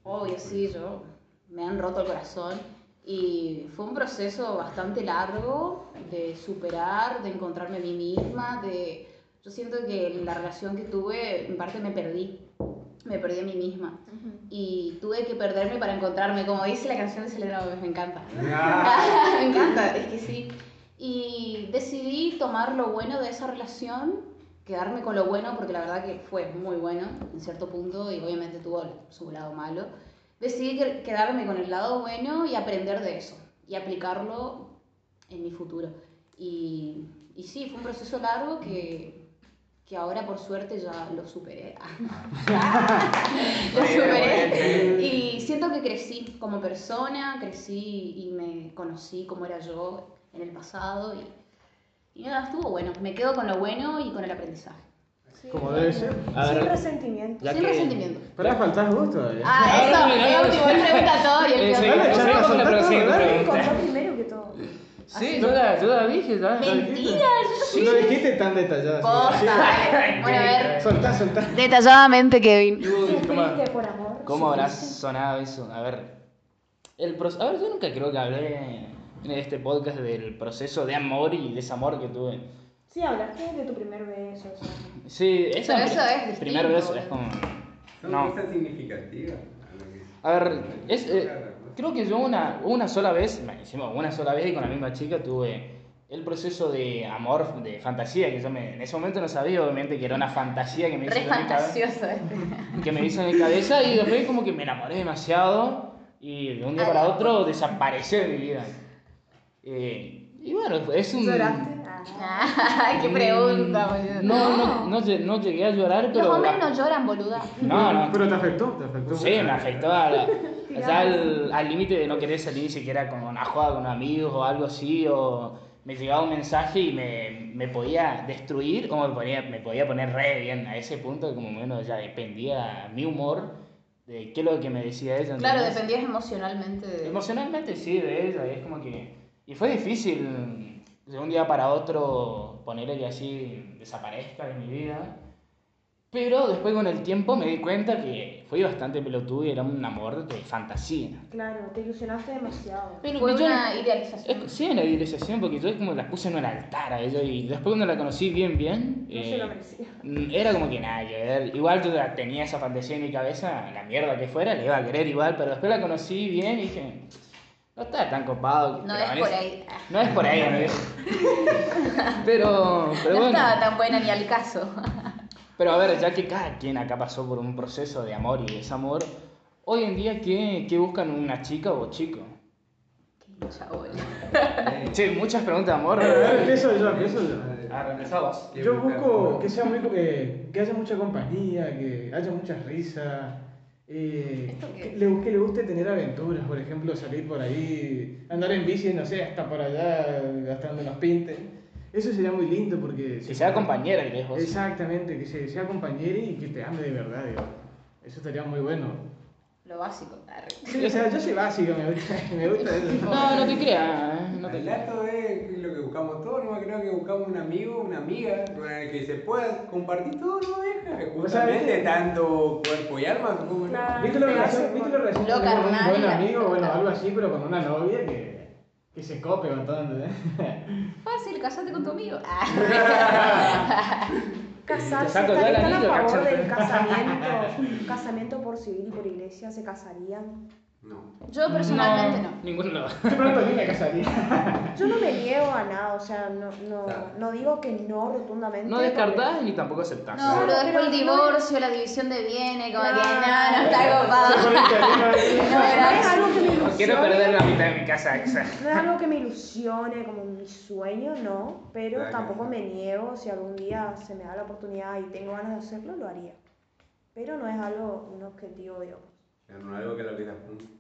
Speaker 2: Obvio, sí, yo. Me han roto el corazón. Y fue un proceso bastante largo de superar, de encontrarme a mí misma, de... Yo siento que en la relación que tuve, en parte me perdí. Me perdí a mí misma. Y tuve que perderme para encontrarme, como dice la canción de Selena Gómez, me encanta. <laughs> me encanta, es que sí. Y decidí tomar lo bueno de esa relación, quedarme con lo bueno, porque la verdad que fue muy bueno en cierto punto y obviamente tuvo su lado malo. Decidí que- quedarme con el lado bueno y aprender de eso y aplicarlo en mi futuro. Y, y sí, fue un proceso largo que, que ahora por suerte ya lo superé. <laughs>
Speaker 1: <laughs>
Speaker 2: lo superé. Y siento que crecí como persona, crecí y me conocí como era yo en el pasado y, y nada, estuvo bueno. Me quedo con lo bueno y con el aprendizaje.
Speaker 4: Sí,
Speaker 3: Como debe ser.
Speaker 1: A
Speaker 4: Sin
Speaker 1: ver.
Speaker 4: resentimiento.
Speaker 1: Ya
Speaker 2: Sin
Speaker 1: que- Eh,
Speaker 2: resentimiento.
Speaker 3: Pará, faltás vos todavía.
Speaker 2: Ah, eso, el último, el preguntatorio, el
Speaker 1: Eh,
Speaker 2: peor.
Speaker 1: seguimos,
Speaker 3: Dale,
Speaker 1: seguimos con la
Speaker 3: charla,
Speaker 1: siguiente
Speaker 3: dale,
Speaker 4: Me
Speaker 1: pregunta.
Speaker 4: contó primero que todo.
Speaker 1: Sí, yo la, yo la dije, ya.
Speaker 2: Mentira,
Speaker 3: Sí. No dijiste tan detallado.
Speaker 2: Posta. eh.
Speaker 1: <laughs>
Speaker 3: así.
Speaker 2: Bueno, a ver.
Speaker 3: Soltá, soltá.
Speaker 2: Detalladamente, Kevin.
Speaker 1: Uy, toma.
Speaker 4: Sufriste por amor.
Speaker 1: ¿Cómo habrá
Speaker 4: sufriste.
Speaker 1: sonado eso? A ver. El pro- A ver, yo nunca creo que hablé en este podcast del proceso de amor y desamor que tuve.
Speaker 4: Sí, hablaste de tu primer beso. o sea.
Speaker 1: Sí, eso,
Speaker 2: Pero eso es distinto,
Speaker 1: primer beso es
Speaker 2: boludo.
Speaker 1: como.
Speaker 5: Son
Speaker 1: No.
Speaker 5: cosas significativas. a lo que-
Speaker 1: A ver, es, eh, creo que yo una, una sola vez, me- encima una sola vez y con la misma chica tuve el proceso de amor, de fantasía, que yo me- en ese momento no sabía, obviamente, que era una fantasía que me hizo
Speaker 2: Re
Speaker 1: en mi cabeza.
Speaker 2: fantasioso este.
Speaker 1: que me hizo en mi cabeza y después como que me enamoré demasiado y de un día para otro desapareció de mi vida. Eh, y bueno, es un... Mm,
Speaker 4: ¿Lloraste? Ah.
Speaker 2: Ay, qué pregunta, boludo.
Speaker 1: No, no, no, lle- no llegué a llorar, pero...
Speaker 2: Los hombres no lloran, boluda.
Speaker 1: No, no.
Speaker 3: Pero te afectó, te afectó.
Speaker 1: Sí, me afectó a la- allá al al límite de no querer salir siquiera con una joda con amigos o algo así, o me llegaba un mensaje y me, me podía destruir o me podía, me podía poner re bien a ese punto, como bueno, ya dependía mi humor de qué es lo que me decía ella.
Speaker 2: Claro,
Speaker 1: ¿entendés?
Speaker 2: dependías emocionalmente de.
Speaker 1: Emocionalmente sí, de ella, y es como que... Y fue difícil de un día para otro ponerle que así desaparezca de mi vida. Pero después con el tiempo me di cuenta que fui bastante pelotudo y era un amor de fantasía.
Speaker 4: Claro, te ilusionaste demasiado.
Speaker 1: Pero
Speaker 2: Fue
Speaker 1: que yo-
Speaker 2: una
Speaker 1: es-
Speaker 2: idealización.
Speaker 1: sí, en la idealización, porque yo como la puse en un altar a ella y después cuando la conocí bien, bien...
Speaker 4: No se
Speaker 1: eh,
Speaker 4: lo merecía.
Speaker 1: Mm, Era como que nada que ver. Igual yo la tenía esa fantasía en mi cabeza, la mierda que fuera, le iba a querer igual, pero después la conocí bien y dije, no está tan copado. pero
Speaker 2: No es
Speaker 1: en
Speaker 2: por
Speaker 1: ese-
Speaker 2: ahí.
Speaker 1: No es por ahí,
Speaker 2: <laughs>
Speaker 1: amigo. pero, pero
Speaker 2: No
Speaker 1: bueno.
Speaker 2: estaba tan buena ni al caso. <laughs>
Speaker 1: Pero a ver, ya que cada quien acá pasó por un proceso de amor y desamor, Hoy en día, ¿qué, qué buscan una chica o chico?
Speaker 2: Qué chabón.
Speaker 1: Che, muchas preguntas, amor. ¿eh?
Speaker 3: A ver, empiezo yo, empiezo yo.
Speaker 1: Ah, empezá vos.
Speaker 3: Yo busco que sea muy, eh, que haya mucha compañía, que haya muchas risas. eh,
Speaker 2: ¿Esto qué
Speaker 3: que
Speaker 2: es?
Speaker 3: le, que le guste tener aventuras, por ejemplo, salir por ahí, andar en bici, no sé, hasta por allá, hasta donde nos pinten. Eso sería muy lindo porque...
Speaker 1: Que sea compañera, querés vos.
Speaker 3: Exactamente, que se- sea compañera y que te ame de verdad, digo. Eso estaría muy bueno.
Speaker 2: Lo básico. arre.
Speaker 3: Sí, o sea, yo soy básico, me gusta, <laughs> me gusta eso.
Speaker 1: No, no te creas. ¿eh? No te
Speaker 5: El
Speaker 1: creas.
Speaker 5: dato es lo eh, que buscamos todos, no creo que buscamos un amigo, una amiga con el que se pueda compartir todo, no deja.
Speaker 3: O sea,
Speaker 5: Justamente
Speaker 3: ¿viste?
Speaker 5: tanto cuerpo y alma, supongo. ¿no?
Speaker 4: Claro.
Speaker 3: ¿Viste la relación? ¿Viste la relación?
Speaker 2: Lo
Speaker 3: que tengo con un
Speaker 2: carnal y
Speaker 3: buen
Speaker 2: la
Speaker 3: amigo,
Speaker 2: amistad.
Speaker 3: bueno, algo así, pero con una novia que, que se cope bastante. ¿eh?
Speaker 2: Fácil, casate con
Speaker 1: <laughs>
Speaker 2: tu amigo. Ah.
Speaker 1: Te
Speaker 4: Casarse,
Speaker 1: saco
Speaker 4: están,
Speaker 1: ya el
Speaker 4: están a
Speaker 1: anillo,
Speaker 4: favor
Speaker 1: cachate.
Speaker 4: del casamiento, casamiento por civil y por iglesia, se casarían.
Speaker 5: No.
Speaker 2: Yo personalmente no.
Speaker 1: Ninguno lo
Speaker 3: <laughs> Yo pronto también me
Speaker 2: <laughs>
Speaker 3: casaría.
Speaker 4: Yo no me niego a nada, o sea, no, no, no digo que no rotundamente.
Speaker 1: No
Speaker 4: porque-
Speaker 1: descartás ni tampoco aceptás.
Speaker 2: No, pero
Speaker 4: Claro,
Speaker 2: después el
Speaker 4: pero no-
Speaker 2: divorcio, la división de bienes, como que
Speaker 4: Claro.
Speaker 2: nada, no está
Speaker 3: Se
Speaker 2: copado.
Speaker 3: pone el terreno ahí.
Speaker 4: No, no es algo que me
Speaker 1: No quiero
Speaker 4: ilusione.
Speaker 1: perder la mitad de mi casa esa.
Speaker 4: No es algo que me ilusione como mi sueño, no, pero
Speaker 5: Claro,
Speaker 4: tampoco
Speaker 5: claro.
Speaker 4: me niego, si algún día se me da la oportunidad y tengo ganas de hacerlo, lo haría. Pero no es algo, un objetivo, digamos.
Speaker 5: No es algo que lo que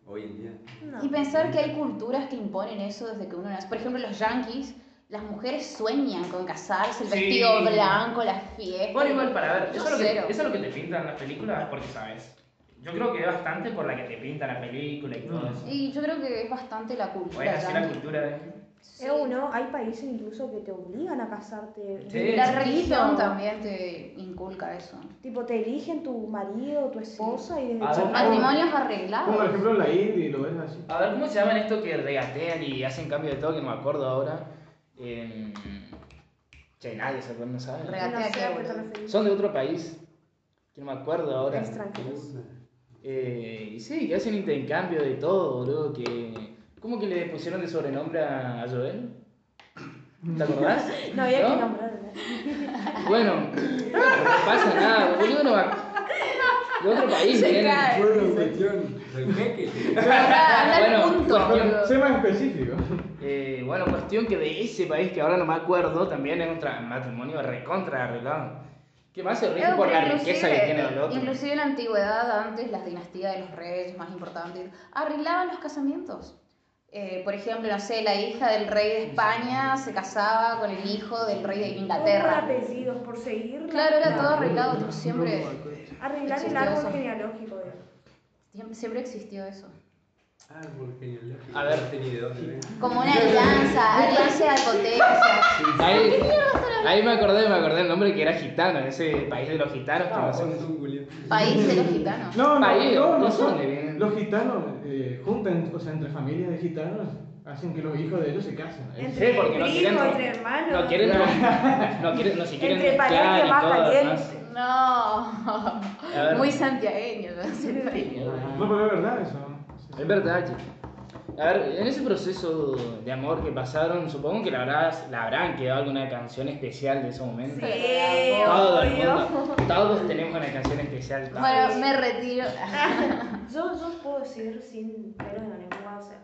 Speaker 5: hoy en día.
Speaker 4: No.
Speaker 2: Y pensar que hay culturas que imponen eso desde que uno nace. Por ejemplo, los yankees, las mujeres sueñan con casarse, el
Speaker 1: Sí.
Speaker 2: vestido blanco, las fiestas.
Speaker 1: Bueno, igual para ver,
Speaker 2: Yo
Speaker 1: eso es, lo que,
Speaker 2: cero.
Speaker 1: eso es lo que te pintan las películas es porque sabes. Yo creo que es bastante por la que te pintan la película y todo eso.
Speaker 2: Y yo creo que es bastante la
Speaker 1: O es
Speaker 2: cultura
Speaker 1: así la
Speaker 2: yankee.
Speaker 1: cultura ¿eh? de.
Speaker 2: Sí.
Speaker 4: Es uno, hay países incluso que te obligan a casarte.
Speaker 1: Sí.
Speaker 4: desde
Speaker 2: La
Speaker 4: chiquito.
Speaker 2: religión también te inculca eso.
Speaker 4: Tipo, te eligen tu marido, tu esposa y desde
Speaker 1: A ver,
Speaker 4: chiquito-
Speaker 2: Matrimonios
Speaker 3: Como por
Speaker 2: arreglados.
Speaker 3: ejemplo en la India y lo ves así.
Speaker 1: A ver, ¿cómo se llaman esto que regatean y hacen cambio de todo? Que no me acuerdo ahora. Eh, Che, nadie se acuerda, no sabe.
Speaker 2: Regateos.
Speaker 4: No sé a qué te referís.
Speaker 1: Son de otro país. Que no me acuerdo ahora.
Speaker 4: Extranjeros.
Speaker 1: Eh, y sí, que hacen intercambio de todo, boludo. Que... ¿Cómo que le pusieron de sobrenombre a a Joel? ¿Te
Speaker 2: <laughs>
Speaker 1: acordás?
Speaker 4: No había que nombrar, ¿verdad?
Speaker 1: Bueno, no pasa nada, boludo. No va... De otro país,
Speaker 2: Se
Speaker 1: viene.
Speaker 2: cae.
Speaker 5: Bueno, cuestión. El jeque.
Speaker 2: Anda al
Speaker 1: Bueno,
Speaker 2: punto, boludo.
Speaker 3: Sé más específico.
Speaker 1: Eh, bueno, cuestión que de ese país que ahora no me acuerdo también es un tra- matrimonio recontra arreglado. Que más se rige
Speaker 2: Creo
Speaker 1: por
Speaker 2: que
Speaker 1: la
Speaker 2: inclusive-
Speaker 1: riqueza que tiene el otro.
Speaker 2: Inclusive en la antigüedad, antes las dinastías de los reyes más importantes arreglaban los casamientos. Eh, por ejemplo, no sé, la hija del rey de España se casaba con el hijo del rey de
Speaker 4: Por
Speaker 2: Inglaterra.
Speaker 4: apellidos, por seguir.
Speaker 2: Claro, era todo arreglado, tú siempre,
Speaker 4: Arreglar el
Speaker 2: Existió eso.
Speaker 4: árbol genealógico. digamos.
Speaker 2: siempre existió eso.
Speaker 5: Ah, por genial.
Speaker 1: A ver.
Speaker 5: No tenía de dónde.
Speaker 2: Como una alianza, alianza de alcoteca.
Speaker 1: Ahí, ahí me acordé, me acordé el nombre que era gitano, en ese país de los gitanos que
Speaker 5: Ah,
Speaker 1: no
Speaker 5: vos sos
Speaker 1: son.
Speaker 5: un culiao.
Speaker 1: Ah,
Speaker 2: País de los gitanos.
Speaker 3: No, no,
Speaker 1: País,
Speaker 3: no,
Speaker 1: no
Speaker 3: no
Speaker 1: son
Speaker 3: son.
Speaker 1: de bien.
Speaker 3: Los gitanos eh, juntan, o sea, entre familias de gitanos, hacen que los hijos de ellos se casen. ¿eh?
Speaker 4: Entre
Speaker 1: Sí, porque no
Speaker 4: primos,
Speaker 1: quieren.
Speaker 4: entre hermanos.
Speaker 1: No quieren. <laughs> No, no quieren. No se quieren
Speaker 4: Entre
Speaker 1: mezclar
Speaker 4: parientes
Speaker 1: y
Speaker 4: más
Speaker 1: todo.
Speaker 4: calientes.
Speaker 2: No,
Speaker 1: ver.
Speaker 2: muy santiagueño. ¿no? Santiagueño.
Speaker 3: No, pero es verdad eso.
Speaker 1: ¿no? Es verdad, che. A ver, en ese proceso de amor que pasaron, supongo que la, habrás, la habrán quedado alguna canción especial de ese momento.
Speaker 4: Sí,
Speaker 1: Todo el
Speaker 4: obvio.
Speaker 1: mundo, todos tenemos una canción especial. todos.
Speaker 2: Bueno, me retiro.
Speaker 4: Yo, yo puedo decir sin pelos en la lengua, o sea,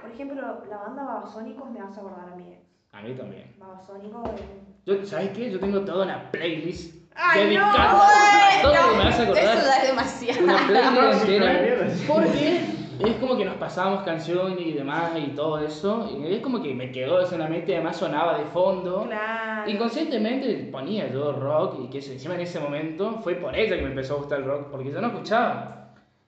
Speaker 4: por ejemplo, la banda Babasónicos me hace acordar a mi ex.
Speaker 1: A mí también.
Speaker 4: Babasónicos es un-
Speaker 1: Yo, ¿Sabes qué? Yo tengo toda una playlist
Speaker 4: ¡Ay, no!
Speaker 1: dedicada a todo lo que me vas a
Speaker 2: Eso
Speaker 1: acordar.
Speaker 2: da demasiado. <laughs>
Speaker 1: Una playlist
Speaker 3: Próximo,
Speaker 1: entera.
Speaker 3: mierda.
Speaker 1: Porque es como que nos pasábamos canciones y demás y todo eso. Y es como que me quedó eso en la mente. Además sonaba de fondo.
Speaker 4: Claro.
Speaker 1: Inconscientemente ponía yo rock y que eso, encima en ese momento fue por ella que me empezó a gustar el rock porque yo no escuchaba.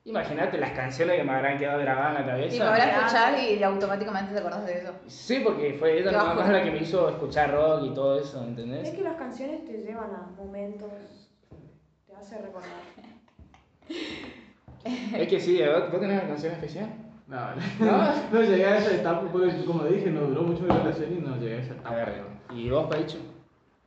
Speaker 1: Imagínate las canciones que me habrán quedado grabadas en la
Speaker 2: Y
Speaker 1: cabeza.
Speaker 2: ahora escuchás y automáticamente te acordás de eso.
Speaker 1: Sí, porque fue ella
Speaker 2: Qué
Speaker 1: nada más
Speaker 2: bajón.
Speaker 1: la que me hizo escuchar rock y todo eso,
Speaker 4: Es
Speaker 1: ¿entendés?
Speaker 4: que las canciones te llevan a momentos, te
Speaker 1: <laughs>
Speaker 4: hace recordar.
Speaker 1: Es que sí, ¿vos vos tenés una canción especial?
Speaker 3: No,
Speaker 1: No.
Speaker 3: no, llegué a esa etapa porque, como dije, no duró mucho mi relación y no llegué a esa etapa.
Speaker 1: A ver, ¿y vos, Paicho?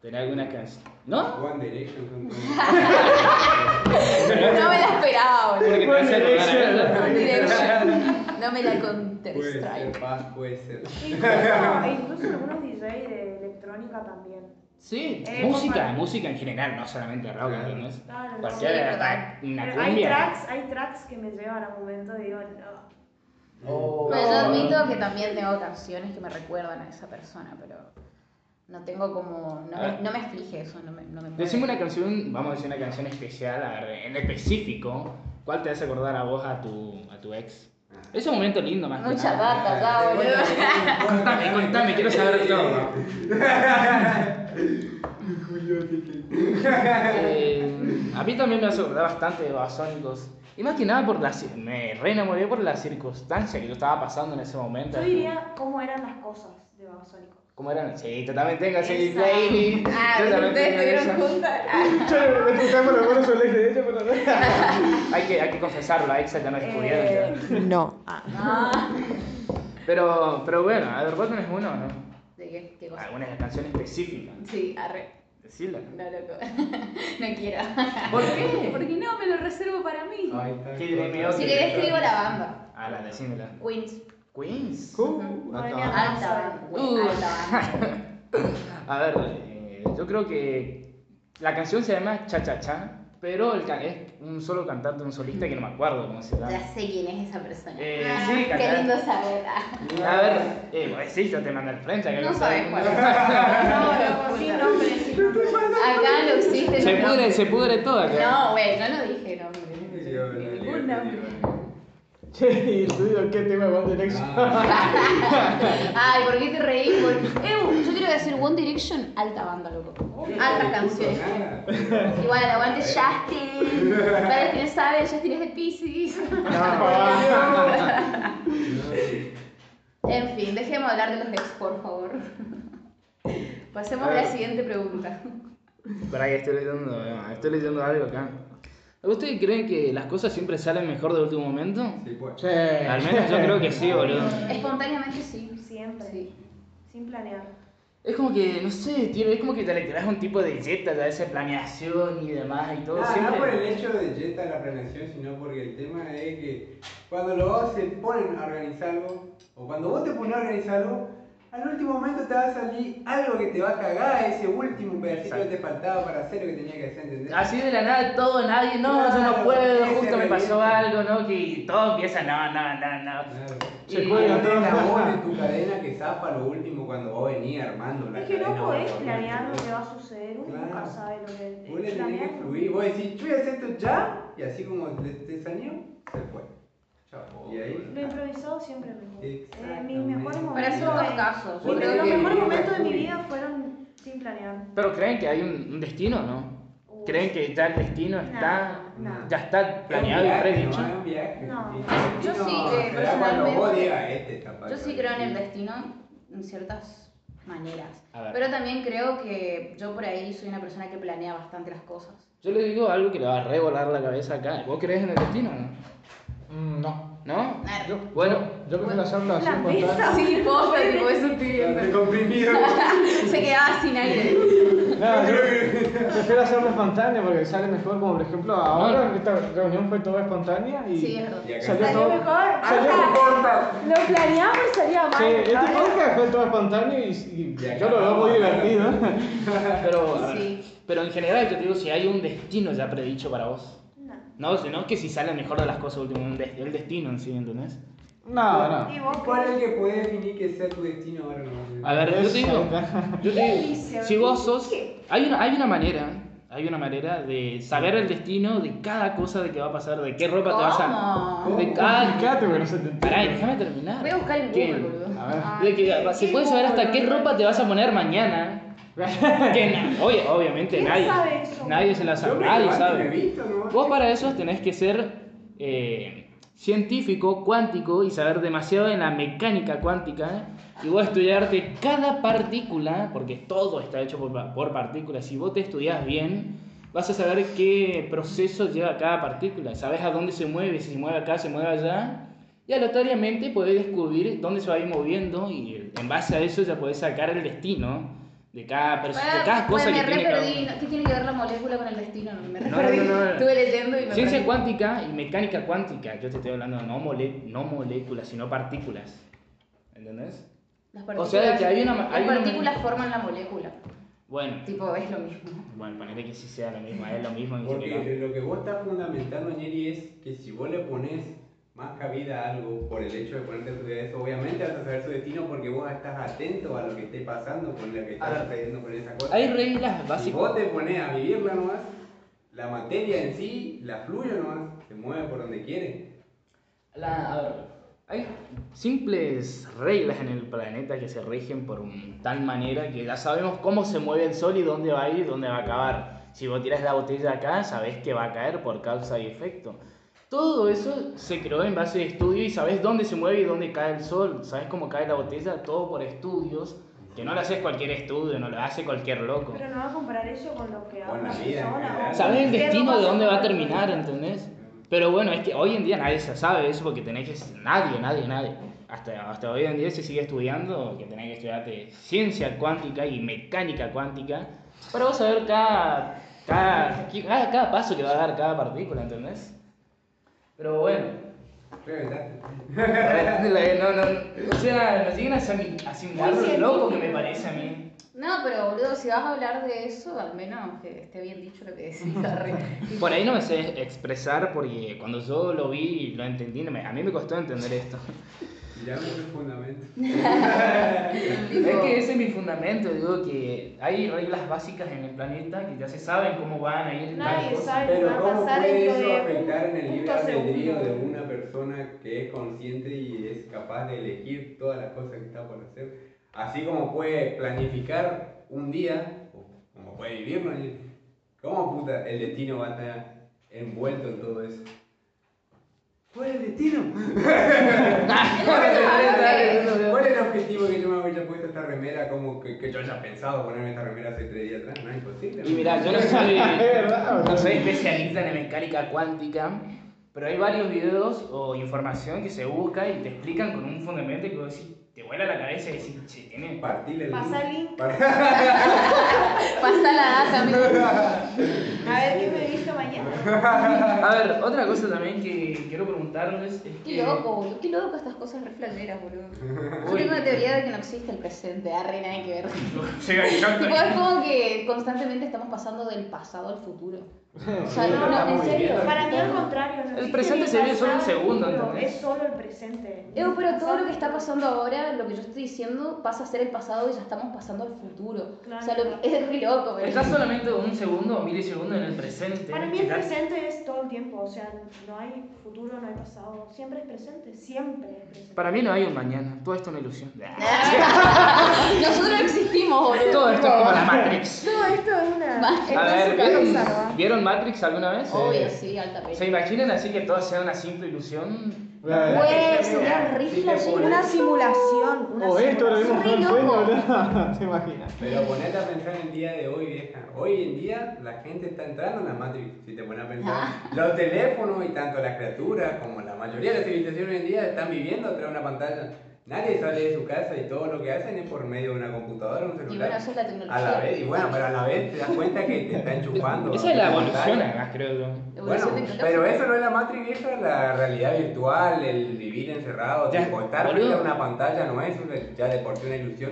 Speaker 1: ¿Tenés alguna canción? ¿No?
Speaker 5: One Direction.
Speaker 2: <laughs>
Speaker 5: son todos.
Speaker 2: No me la esperaba, boludo.
Speaker 1: Porque te
Speaker 3: Bueno,
Speaker 1: hace acordar a
Speaker 3: dirección.
Speaker 1: ella.
Speaker 2: Con direction. No me la
Speaker 5: Puede ser
Speaker 2: counter-strike.
Speaker 4: E
Speaker 5: paz, puede ser.
Speaker 4: Incluso, incluso algunos DJs de electrónica electrónica también.
Speaker 1: Sí,
Speaker 4: Eh,
Speaker 1: música,
Speaker 4: compa-
Speaker 1: música en general, no solamente rock,
Speaker 5: Claro.
Speaker 1: ¿entendés?
Speaker 4: Claro, no.
Speaker 1: Cualquier
Speaker 2: Sí,
Speaker 1: hasta una
Speaker 4: Pero hay
Speaker 1: cumbia.
Speaker 4: tracks, hay tracks que me llevan a momentos y digo, no.
Speaker 1: Oh.
Speaker 2: Bueno, Pues yo admito que también tengo canciones que me recuerdan a esa persona, pero no tengo como. No,
Speaker 1: Ah.
Speaker 2: me, no me aflige eso, no me, no me mueve.
Speaker 1: Decime una canción, vamos a decir una canción especial, a ver, en específico, ¿cuál te hace acordar a vos a tu, a tu ex? Es un momento lindo más que
Speaker 2: Mucha
Speaker 1: nada.
Speaker 2: data ya, boludo.
Speaker 1: Contame, contame, quiero saber todo. Eh, a mí también me hace acordar bastante de Babasónicos. Y más que nada por la, ci- me reenamoré por la circunstancia que yo estaba pasando en ese momento.
Speaker 4: Yo diría cómo eran las cosas de Babasónico.
Speaker 1: ¿Cómo eran? Sí, totalmente tengo sí,
Speaker 2: Esa.
Speaker 1: baby.
Speaker 2: Ah, pero
Speaker 1: Totalmente
Speaker 2: ustedes
Speaker 1: tengo esa.
Speaker 2: estuvieron juntas. Ah.
Speaker 3: Me por la mano sobre el ex de ella, por
Speaker 1: <laughs>
Speaker 3: la
Speaker 1: Hay que, hay que confesarlo, la ex ya no descubrieron.
Speaker 4: Eh,
Speaker 1: ya.
Speaker 6: No.
Speaker 2: Ah.
Speaker 1: Pero, pero bueno, a ver, vos tenés uno, ¿no?
Speaker 2: ¿De qué? ¿Qué cosa?
Speaker 1: Alguna canción específica.
Speaker 2: Sí, arre.
Speaker 1: Decirla.
Speaker 2: No, loco. <laughs> no quiero.
Speaker 1: ¿Por qué?
Speaker 2: Porque no, me lo reservo para mí. Si
Speaker 1: Sí,
Speaker 2: le describo la banda.
Speaker 1: Ah, la decímela.
Speaker 2: Queens.
Speaker 1: Queens.
Speaker 3: Uh,
Speaker 1: Ah,
Speaker 4: madre
Speaker 1: está.
Speaker 4: mía.
Speaker 2: Alta banda. güey,
Speaker 1: Uh.
Speaker 2: Alta banda.
Speaker 1: A ver, eh, yo creo que la canción se llama Cha Cha Cha, pero el ca- es un solo cantante, un solista que no me acuerdo cómo se llama.
Speaker 2: Ya sé quién es esa persona.
Speaker 1: Eh, sí,
Speaker 2: Qué
Speaker 1: cantante.
Speaker 2: lindo saber. Ah.
Speaker 1: A ver, eh, pues sí, yo te mando el frente. acá
Speaker 2: No
Speaker 1: que
Speaker 2: sabes
Speaker 1: está- <laughs>
Speaker 2: cuál.
Speaker 4: No, loco, sin nombre, sin nombre.
Speaker 2: Acá no existe.
Speaker 1: Se
Speaker 2: no.
Speaker 1: pudre, se pudre todo acá.
Speaker 2: No, güey, yo no dije nombre. Ningún nombre.
Speaker 3: Che, y tú digo, ¿qué tema de One Direction?
Speaker 2: <laughs>
Speaker 1: Ah.
Speaker 3: <laughs>
Speaker 5: Ah.
Speaker 2: Ay, ¿por qué te reís? Por- Eh, yo quiero decir One Direction, alta banda, loco. Altas canciones. Igual,
Speaker 1: <laughs>
Speaker 2: aguante Justin. Para los que no saben, Justin es de Pisces. En fin, dejemos de hablar de los ex, por
Speaker 1: <laughs>
Speaker 2: favor. Pasemos a la siguiente pregunta.
Speaker 1: Para que estoy leyendo, eh, estoy leyendo algo acá. ¿Ustedes creen que las cosas siempre salen mejor de último momento?
Speaker 5: Sí, pues.
Speaker 3: Sí.
Speaker 1: Al menos yo creo que sí, boludo.
Speaker 2: Espontáneamente sí.
Speaker 4: Siempre.
Speaker 2: Sí.
Speaker 4: Sin planear.
Speaker 1: Es como que, no sé, tío, es como que te le tirás un tipo de jeta, a esa planeación y demás y todo.
Speaker 5: Ah, no
Speaker 1: siempre...
Speaker 5: por el hecho de Jetta la planeación, sino porque el tema es que cuando los dos se ponen a organizar algo, o cuando vos te pones a organizar algo, al último momento te va a salir algo que te va a cagar ese último pedacito que te faltaba para hacer lo que tenías que hacer, ¿entendés?
Speaker 1: Así de la nada todo, nadie, no, yo no
Speaker 5: Claro,
Speaker 1: puedo,
Speaker 5: ese
Speaker 1: justo me pasó algo,
Speaker 5: reviento.
Speaker 1: ¿no? Que todo empieza, no, no, no, no.
Speaker 5: Claro.
Speaker 1: Se
Speaker 5: Y
Speaker 1: cuelga
Speaker 5: hay un
Speaker 3: todo.
Speaker 5: eslabón en tu cadena que zapa lo último cuando vos venís armando la
Speaker 4: Es que no
Speaker 5: cadena,
Speaker 4: podés
Speaker 5: boludo.
Speaker 4: planear lo que va a suceder, uno
Speaker 5: Claro.
Speaker 4: nunca sabe lo que
Speaker 5: Vos le tenés que
Speaker 4: planear.
Speaker 5: fluir, vos decís, yo voy a hacer esto ya, y así como te, te salió, se fue. Chao. Y
Speaker 4: Lo
Speaker 5: ahí.
Speaker 4: improvisado siempre es mejor. Eh, mis
Speaker 5: Exactamente.
Speaker 4: mejores
Speaker 2: Para
Speaker 4: momentos.
Speaker 2: eso
Speaker 5: Pero
Speaker 2: dos
Speaker 5: es-
Speaker 2: casos. Yo
Speaker 5: Bueno,
Speaker 4: Pero
Speaker 2: creo
Speaker 4: los
Speaker 5: que-
Speaker 2: que
Speaker 4: mejores
Speaker 5: vivir
Speaker 4: momentos de mi
Speaker 5: la
Speaker 4: vida fueron sin planear.
Speaker 1: Pero creen que hay un, un destino, ¿no?
Speaker 4: Uh,
Speaker 1: ¿Creen que ya el destino está,
Speaker 4: No.
Speaker 1: ya está planeado y predicho?
Speaker 5: No, es un viaje.
Speaker 4: No.
Speaker 2: Yo sí,
Speaker 5: No,
Speaker 2: eh,
Speaker 5: será cuando
Speaker 2: personalmente-
Speaker 5: vos digas, este capaz
Speaker 2: Yo sí
Speaker 5: que-
Speaker 2: creo en el destino en ciertas maneras.
Speaker 1: A ver.
Speaker 2: Pero también creo que yo por ahí soy una persona que planea bastante las cosas.
Speaker 1: Yo le digo algo que le va a revolar la cabeza acá. ¿Vos crees en el destino o no?
Speaker 3: Mm, No.
Speaker 1: ¿No?
Speaker 2: Ah,
Speaker 3: Yo,
Speaker 1: Bueno.
Speaker 3: yo que fui a la charla así
Speaker 4: La
Speaker 3: espontánea.
Speaker 2: <laughs>
Speaker 4: pizza.
Speaker 2: Sí, pobre, tipo, eso estoy
Speaker 5: Te
Speaker 2: viendo.
Speaker 5: comprimido.
Speaker 2: <laughs> Se quedaba sin aire.
Speaker 3: No, yo prefiero hacerlo espontáneo porque sale mejor, como por ejemplo ahora,
Speaker 1: No.
Speaker 3: esta reunión fue toda espontánea y
Speaker 2: Sí, es verdad.
Speaker 5: Y acá
Speaker 3: salió
Speaker 5: está.
Speaker 4: Salió
Speaker 3: todo.
Speaker 4: mejor.
Speaker 1: Ah,
Speaker 3: Salió
Speaker 4: Ajá.
Speaker 5: corta.
Speaker 4: Lo planeamos y salía mal.
Speaker 3: Sí, este
Speaker 4: Ahora-
Speaker 3: podcast fue todo espontáneo y, y
Speaker 5: Y acá
Speaker 3: yo lo veo muy
Speaker 5: estamos.
Speaker 3: divertido. <laughs>
Speaker 1: Pero, a ver,
Speaker 2: Sí.
Speaker 1: pero en general yo te digo si hay un destino ya predicho para vos.
Speaker 4: No.
Speaker 1: No, sino que si sale mejor de las cosas último, un des- el destino en sí, ¿entendés?
Speaker 3: No, no.
Speaker 4: Y vos
Speaker 5: ¿Cuál es el que puede definir que sea tu destino ahora? no?
Speaker 1: A ver, yo Ah. te digo, yo te digo,
Speaker 4: dice?
Speaker 1: si vos sos,
Speaker 4: ¿Qué?
Speaker 1: hay una, hay una manera, hay una manera de saber el destino de cada cosa de que va a pasar, de qué ropa te vas a,
Speaker 2: ¿Cómo?
Speaker 1: de cada,
Speaker 3: Fíjate, pero no se te entiende.
Speaker 1: pará, déjame terminar,
Speaker 2: Voy a buscar en
Speaker 1: Que-
Speaker 2: Google, boludo.
Speaker 3: A ver.
Speaker 2: Ah,
Speaker 1: de que se
Speaker 4: ¿Qué
Speaker 1: puede saber hasta
Speaker 4: Google?
Speaker 1: qué ropa te vas a poner mañana, que na- obvia- obviamente
Speaker 4: ¿Quién
Speaker 1: nadie,
Speaker 4: sabe eso?
Speaker 1: nadie se la
Speaker 5: Yo
Speaker 1: sabe,
Speaker 5: me
Speaker 1: nadie
Speaker 5: levanto y me
Speaker 1: sabe.
Speaker 5: visto, ¿no?
Speaker 1: Vos para eso tenés que ser eh, científico, cuántico y saber demasiado en la mecánica cuántica. ¿eh? Y vos estudiarte cada partícula, porque todo está hecho por, pa- por partículas. Si vos te estudias bien, vas a saber qué proceso lleva cada partícula. Sabes a dónde se mueve, si se mueve acá, se mueve allá. Y aleatoriamente podés descubrir dónde se va a ir moviendo y en base a eso ya podés sacar el destino de cada, perso- de
Speaker 2: Pará,
Speaker 1: cada cosa
Speaker 2: pues,
Speaker 1: que
Speaker 2: me
Speaker 1: tiene
Speaker 2: re
Speaker 1: cada
Speaker 2: perdí.
Speaker 1: uno.
Speaker 2: ¿Qué tiene que ver la molécula con el destino? Me re
Speaker 1: No,
Speaker 2: perdí.
Speaker 1: no, no, no.
Speaker 2: Estuve leyendo y me
Speaker 1: Ciencia
Speaker 2: perdí.
Speaker 1: cuántica y mecánica cuántica. Yo te estoy hablando no, mole, no moléculas, sino partículas. ¿Entendés?
Speaker 2: Las
Speaker 1: O sea, que hay una-
Speaker 2: las
Speaker 1: hay una-
Speaker 2: partículas forman la molécula.
Speaker 1: Bueno,
Speaker 2: Tipo, es lo mismo.
Speaker 1: bueno, ponele que sí sea lo mismo, es lo mismo. ni siquiera.
Speaker 5: Porque lo que vos estás fundamentando, Ñeri, es que si vos le pones más cabida a algo por el hecho de ponerte a estudiar eso, obviamente vas a saber su destino porque vos estás atento a lo que esté pasando con lo que
Speaker 1: Ah.
Speaker 5: estás sucediendo con esa cosa.
Speaker 1: Hay reglas
Speaker 5: Si
Speaker 1: básicas.
Speaker 5: vos te pones a vivirla nomás, la materia en sí, la fluye nomás, se mueve por donde quiere.
Speaker 1: La- a ver, hay simples reglas en el planeta que se rigen por un- tal manera que ya sabemos cómo se mueve el sol y dónde va a ir y dónde va a acabar. Si vos tiras la botella acá, sabés que va a caer por causa y efecto. Todo eso se creó en base de estudio y sabés dónde se mueve y dónde cae el sol, sabés cómo cae la botella, todo por estudios, que no lo haces cualquier estudio, no lo hace cualquier loco.
Speaker 4: Pero no vas a comparar eso con lo que hace
Speaker 5: Con la
Speaker 4: una
Speaker 5: vida en
Speaker 4: persona.
Speaker 5: general.
Speaker 4: o-
Speaker 1: Sabes el
Speaker 4: Pero
Speaker 1: destino
Speaker 4: vas
Speaker 1: de dónde va a
Speaker 4: comparar-
Speaker 1: terminar, ¿entendés? Pero bueno, es que hoy en día nadie se sabe eso porque tenés que... Nadie, nadie, nadie. Hasta, hasta hoy en día se sigue estudiando que tenés que estudiarte ciencia cuántica y mecánica cuántica para vos saber cada, cada, cada, cada paso que va a dar cada partícula, ¿entendés? Pero bueno. <laughs>
Speaker 5: Reventaste.
Speaker 1: no, no, no. O sea, nos siguen a simi- a simular
Speaker 2: Muy
Speaker 1: lo loco que
Speaker 2: científico.
Speaker 1: me parece a mí.
Speaker 2: No, pero boludo, si vas a hablar de eso, al menos que esté bien dicho lo que decís.
Speaker 1: <laughs>
Speaker 2: arre.
Speaker 1: Por ahí no me sé expresar porque cuando yo lo vi y lo entendí, no me- a mí me costó entender esto.
Speaker 5: Ya no es fundamento.
Speaker 1: es que ese es mi fundamento, digo que hay reglas básicas en el planeta que ya se saben cómo van a ir. tal
Speaker 4: <laughs> Nadie
Speaker 1: cosa.
Speaker 4: sabe lo que
Speaker 5: Pero
Speaker 4: va a
Speaker 5: ¿cómo
Speaker 4: pasar
Speaker 5: puede
Speaker 4: dentro
Speaker 5: eso
Speaker 4: de un
Speaker 5: afectar en el libre
Speaker 4: punto
Speaker 5: albedrío de
Speaker 4: segundo.
Speaker 5: una persona que es consciente y es capaz de elegir todas las cosas que está por hacer? Así como puede planificar un día, o como puede vivirlo, ¿no? ¿cómo puta el destino va a estar envuelto en todo eso? ¿Cuál es el destino?
Speaker 1: <laughs>
Speaker 5: ¿Cuál es el, cuál es el objetivo que yo me haya puesto esta remera? Como que, que yo haya pensado ponerme esta remera hace tres días atrás, no es imposible.
Speaker 1: Y mira, yo no <laughs> soy,
Speaker 3: verdad,
Speaker 1: no soy especialista en mecánica cuántica, pero hay varios videos o información que se busca y te explican con un fundamento que vos decís, te vuela la cabeza y decís, che, tiene...
Speaker 5: Partirle el
Speaker 4: Pasa el link.
Speaker 5: Par-
Speaker 2: Pasa la data, amigo.
Speaker 4: A ver qué me dice mañana.
Speaker 1: A ver, otra cosa también que quiero preguntarles es que...
Speaker 2: Qué loco, boludo. Qué loco estas cosas re flaneras, boludo. Yo
Speaker 1: Uy.
Speaker 2: tengo
Speaker 1: <laughs>
Speaker 2: la teoría de que no existe el presente, arre, nada que ver.
Speaker 1: Llega el shock.
Speaker 2: Tipo, es como que constantemente estamos pasando del pasado al futuro. O sea,
Speaker 4: No,
Speaker 2: no,
Speaker 4: no, en
Speaker 2: no,
Speaker 4: serio, para mí al contrario. No
Speaker 1: El
Speaker 4: existe
Speaker 1: presente
Speaker 4: ni
Speaker 1: se vive solo un
Speaker 4: pasado,
Speaker 1: segundo,
Speaker 4: ni futuro,
Speaker 1: ¿entendés?
Speaker 4: Es solo el presente.
Speaker 2: Evo, pero todo lo que está pasando ahora, lo que yo estoy diciendo, pasa a ser el pasado y ya estamos pasando al futuro.
Speaker 4: Claro.
Speaker 2: O sea, lo que- es re loco,
Speaker 1: <laughs>
Speaker 2: pero.
Speaker 1: Estás solamente un segundo o milisegundo en el presente.
Speaker 4: Para mí el
Speaker 1: Ya-
Speaker 4: presente es todo el tiempo, o sea, no hay futuro, no hay pasado, siempre es presente, siempre es presente.
Speaker 1: Para mí no hay un mañana. Todo esto es una
Speaker 2: <laughs>
Speaker 1: ilusión. <laughs>
Speaker 2: Nosotros existimos, boludo.
Speaker 1: Todo esto es como la Matrix.
Speaker 4: Todo esto es una...
Speaker 1: A
Speaker 4: está en
Speaker 1: ver, eh,
Speaker 4: su
Speaker 1: ¿vieron,
Speaker 4: cabeza, ¿verdad?
Speaker 1: ¿vieron Matrix alguna vez? Eh,
Speaker 2: Obvio, sí, alta pena.
Speaker 1: ¿Se imaginan así que todo sea una simple ilusión?
Speaker 2: Güey, Eh, sería
Speaker 5: Sí,
Speaker 2: rifla,
Speaker 5: te
Speaker 2: sí,
Speaker 5: pones.
Speaker 4: Una simulación, una
Speaker 3: O Oh, esto lo
Speaker 4: simulación.
Speaker 3: vimos todo
Speaker 2: Re
Speaker 3: el sueño,
Speaker 2: loco.
Speaker 3: ¿verdad? <laughs> ¿Te imaginas?
Speaker 5: Pero ponete a pensar en el día de hoy, vieja. Hoy en día la gente está entrando en la Matrix, si te pones a pensar.
Speaker 1: Ah.
Speaker 5: Los teléfonos y tanto las criaturas como la mayoría de las civilizaciones hoy en día están viviendo atrás de una pantalla. Nadie sale de su casa y todo lo que hacen es por medio de una computadora o un celular.
Speaker 2: bueno, eso es la tecnología.
Speaker 5: A la vez, y bueno, pero a la vez te das cuenta que te está enchufando.
Speaker 1: Esa es la evolución,
Speaker 5: evolución.
Speaker 1: además, creo yo.
Speaker 2: La
Speaker 5: Bueno,
Speaker 2: evolución tecnológica.
Speaker 5: pero eso no es la Matrix vieja, la realidad virtual, el vivir encerrado,
Speaker 1: Ya,
Speaker 5: tipo, estar
Speaker 1: boludo.
Speaker 5: frente a una pantalla no es una- ya de por sí una ilusión,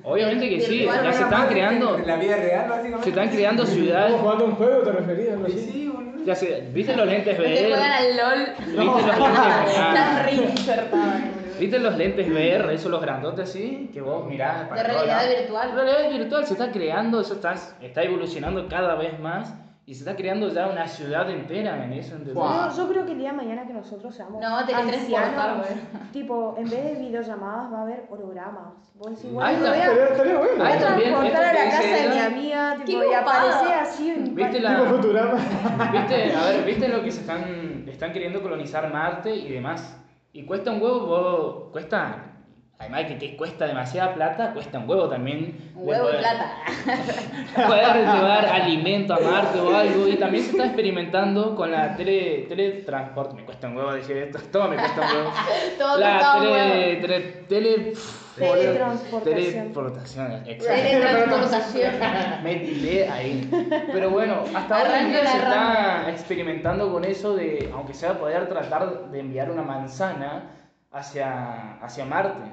Speaker 5: ¿no?
Speaker 1: Obviamente que sí.
Speaker 2: Virtual,
Speaker 1: Ya se están creando,
Speaker 5: La vida real, básicamente.
Speaker 1: se están creando ciudades.
Speaker 3: ¿Estamos jugando a un juego te referías? algo
Speaker 5: Sí,
Speaker 3: así?
Speaker 5: sí, boludo.
Speaker 1: Ya se, ¿Viste los lentes
Speaker 2: Los que juegan
Speaker 1: VR?
Speaker 2: al LOL.
Speaker 1: <laughs> ¿Viste los lentes
Speaker 2: Están
Speaker 1: VR?
Speaker 2: re insertados, boludo.
Speaker 1: ¿Viste los lentes VR? Esos los grandotes así, que vos mirás para
Speaker 2: De
Speaker 1: todos
Speaker 2: realidad
Speaker 1: lados.
Speaker 2: virtual.
Speaker 1: La realidad virtual se está creando, eso está, está evolucionando cada vez más y se está creando ya una ciudad entera en eso. ¿entendés?
Speaker 4: No, yo creo que el día de mañana que nosotros seamos
Speaker 2: No, te teletransportar,
Speaker 4: ancianos,
Speaker 2: güey.
Speaker 4: tipo, en vez de videollamadas va a haber hologramas. Vos decís, bueno,
Speaker 1: Ahí
Speaker 4: me
Speaker 1: está.
Speaker 4: voy a-
Speaker 3: Ah, Estaría- estaría bueno.
Speaker 4: voy
Speaker 1: Ahí
Speaker 4: a
Speaker 1: está. también,
Speaker 4: transportar a
Speaker 1: esto
Speaker 4: la
Speaker 1: que
Speaker 4: casa
Speaker 1: dice
Speaker 4: de mi
Speaker 1: ella.
Speaker 4: amiga, tipo,
Speaker 2: Qué
Speaker 4: y aparecer
Speaker 2: copada.
Speaker 4: así en
Speaker 1: ¿Viste
Speaker 3: Tipo
Speaker 1: la,
Speaker 3: <laughs> Futurama.
Speaker 1: ¿Viste? A ver, ¿viste lo que se están, están queriendo colonizar Marte y demás? Y cuesta un huevo, vos- cuesta, además de que, que cuesta demasiada plata, cuesta un huevo también.
Speaker 2: Un
Speaker 1: de
Speaker 2: huevo y
Speaker 1: poder-
Speaker 2: plata.
Speaker 1: <laughs>
Speaker 2: <laughs>
Speaker 1: Poder llevar alimento a Marte o algo. Y también se está experimentando con la tele, teletransporte. Me cuesta un huevo decir esto, todo me cuesta un huevo.
Speaker 2: Todo
Speaker 1: la
Speaker 2: costaba un huevo.
Speaker 1: tele, tele, tele-
Speaker 4: Teletransportación.
Speaker 1: Teletransportación, exacto.
Speaker 2: <laughs> Teletransportación.
Speaker 1: <laughs> Me tiré ahí. Pero bueno, hasta ahora en
Speaker 2: Arranca
Speaker 1: día
Speaker 2: la
Speaker 1: se está experimentando con eso de, aunque sea poder tratar de enviar una manzana hacia, hacia Marte.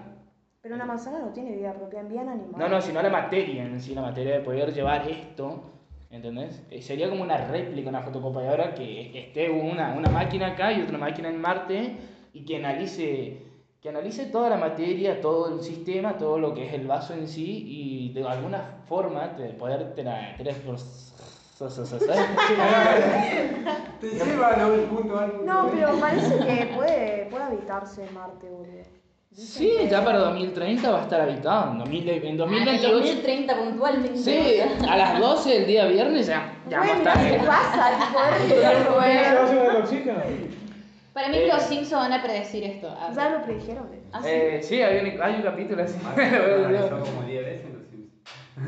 Speaker 4: Pero una manzana no tiene vida propia, envían animales.
Speaker 1: No, no, sino la materia en sí, la materia de poder llevar esto, ¿entendés? Eh, Sería como una réplica, una fotocopiadora que esté una, una máquina acá y otra máquina en Marte y que analice, que analice toda la materia, todo el sistema, todo lo que es el vaso en sí y de alguna forma te, poder tra- tra-
Speaker 2: <laughs>
Speaker 5: <laughs> Te llevan a un punto algo.
Speaker 4: No, pero parece que puede, puede habitarse Marte, boludo. Dicen
Speaker 1: Sí,
Speaker 4: que-
Speaker 1: ya para 2030 va a estar habitado, en 2000 en
Speaker 2: Ah, en el
Speaker 1: 2028.
Speaker 2: 2030 puntualmente. <laughs>
Speaker 1: Sí, a las 12 del día viernes ya, ya va a
Speaker 4: Güey, mira
Speaker 1: estar.
Speaker 4: qué pasa,
Speaker 1: <laughs>
Speaker 4: tipo, es
Speaker 2: Bueno.
Speaker 4: re-
Speaker 3: ¿Qué vas a hacer con el <laughs> oxígeno?
Speaker 2: Para mí que los Simpsons van a predecir esto. Ah,
Speaker 4: Ya lo predijeron.
Speaker 2: ah, sí.
Speaker 1: Eh, sí, hay un, hay un capítulo así.
Speaker 5: Ah,
Speaker 1: <laughs>
Speaker 5: analizó como 10 veces los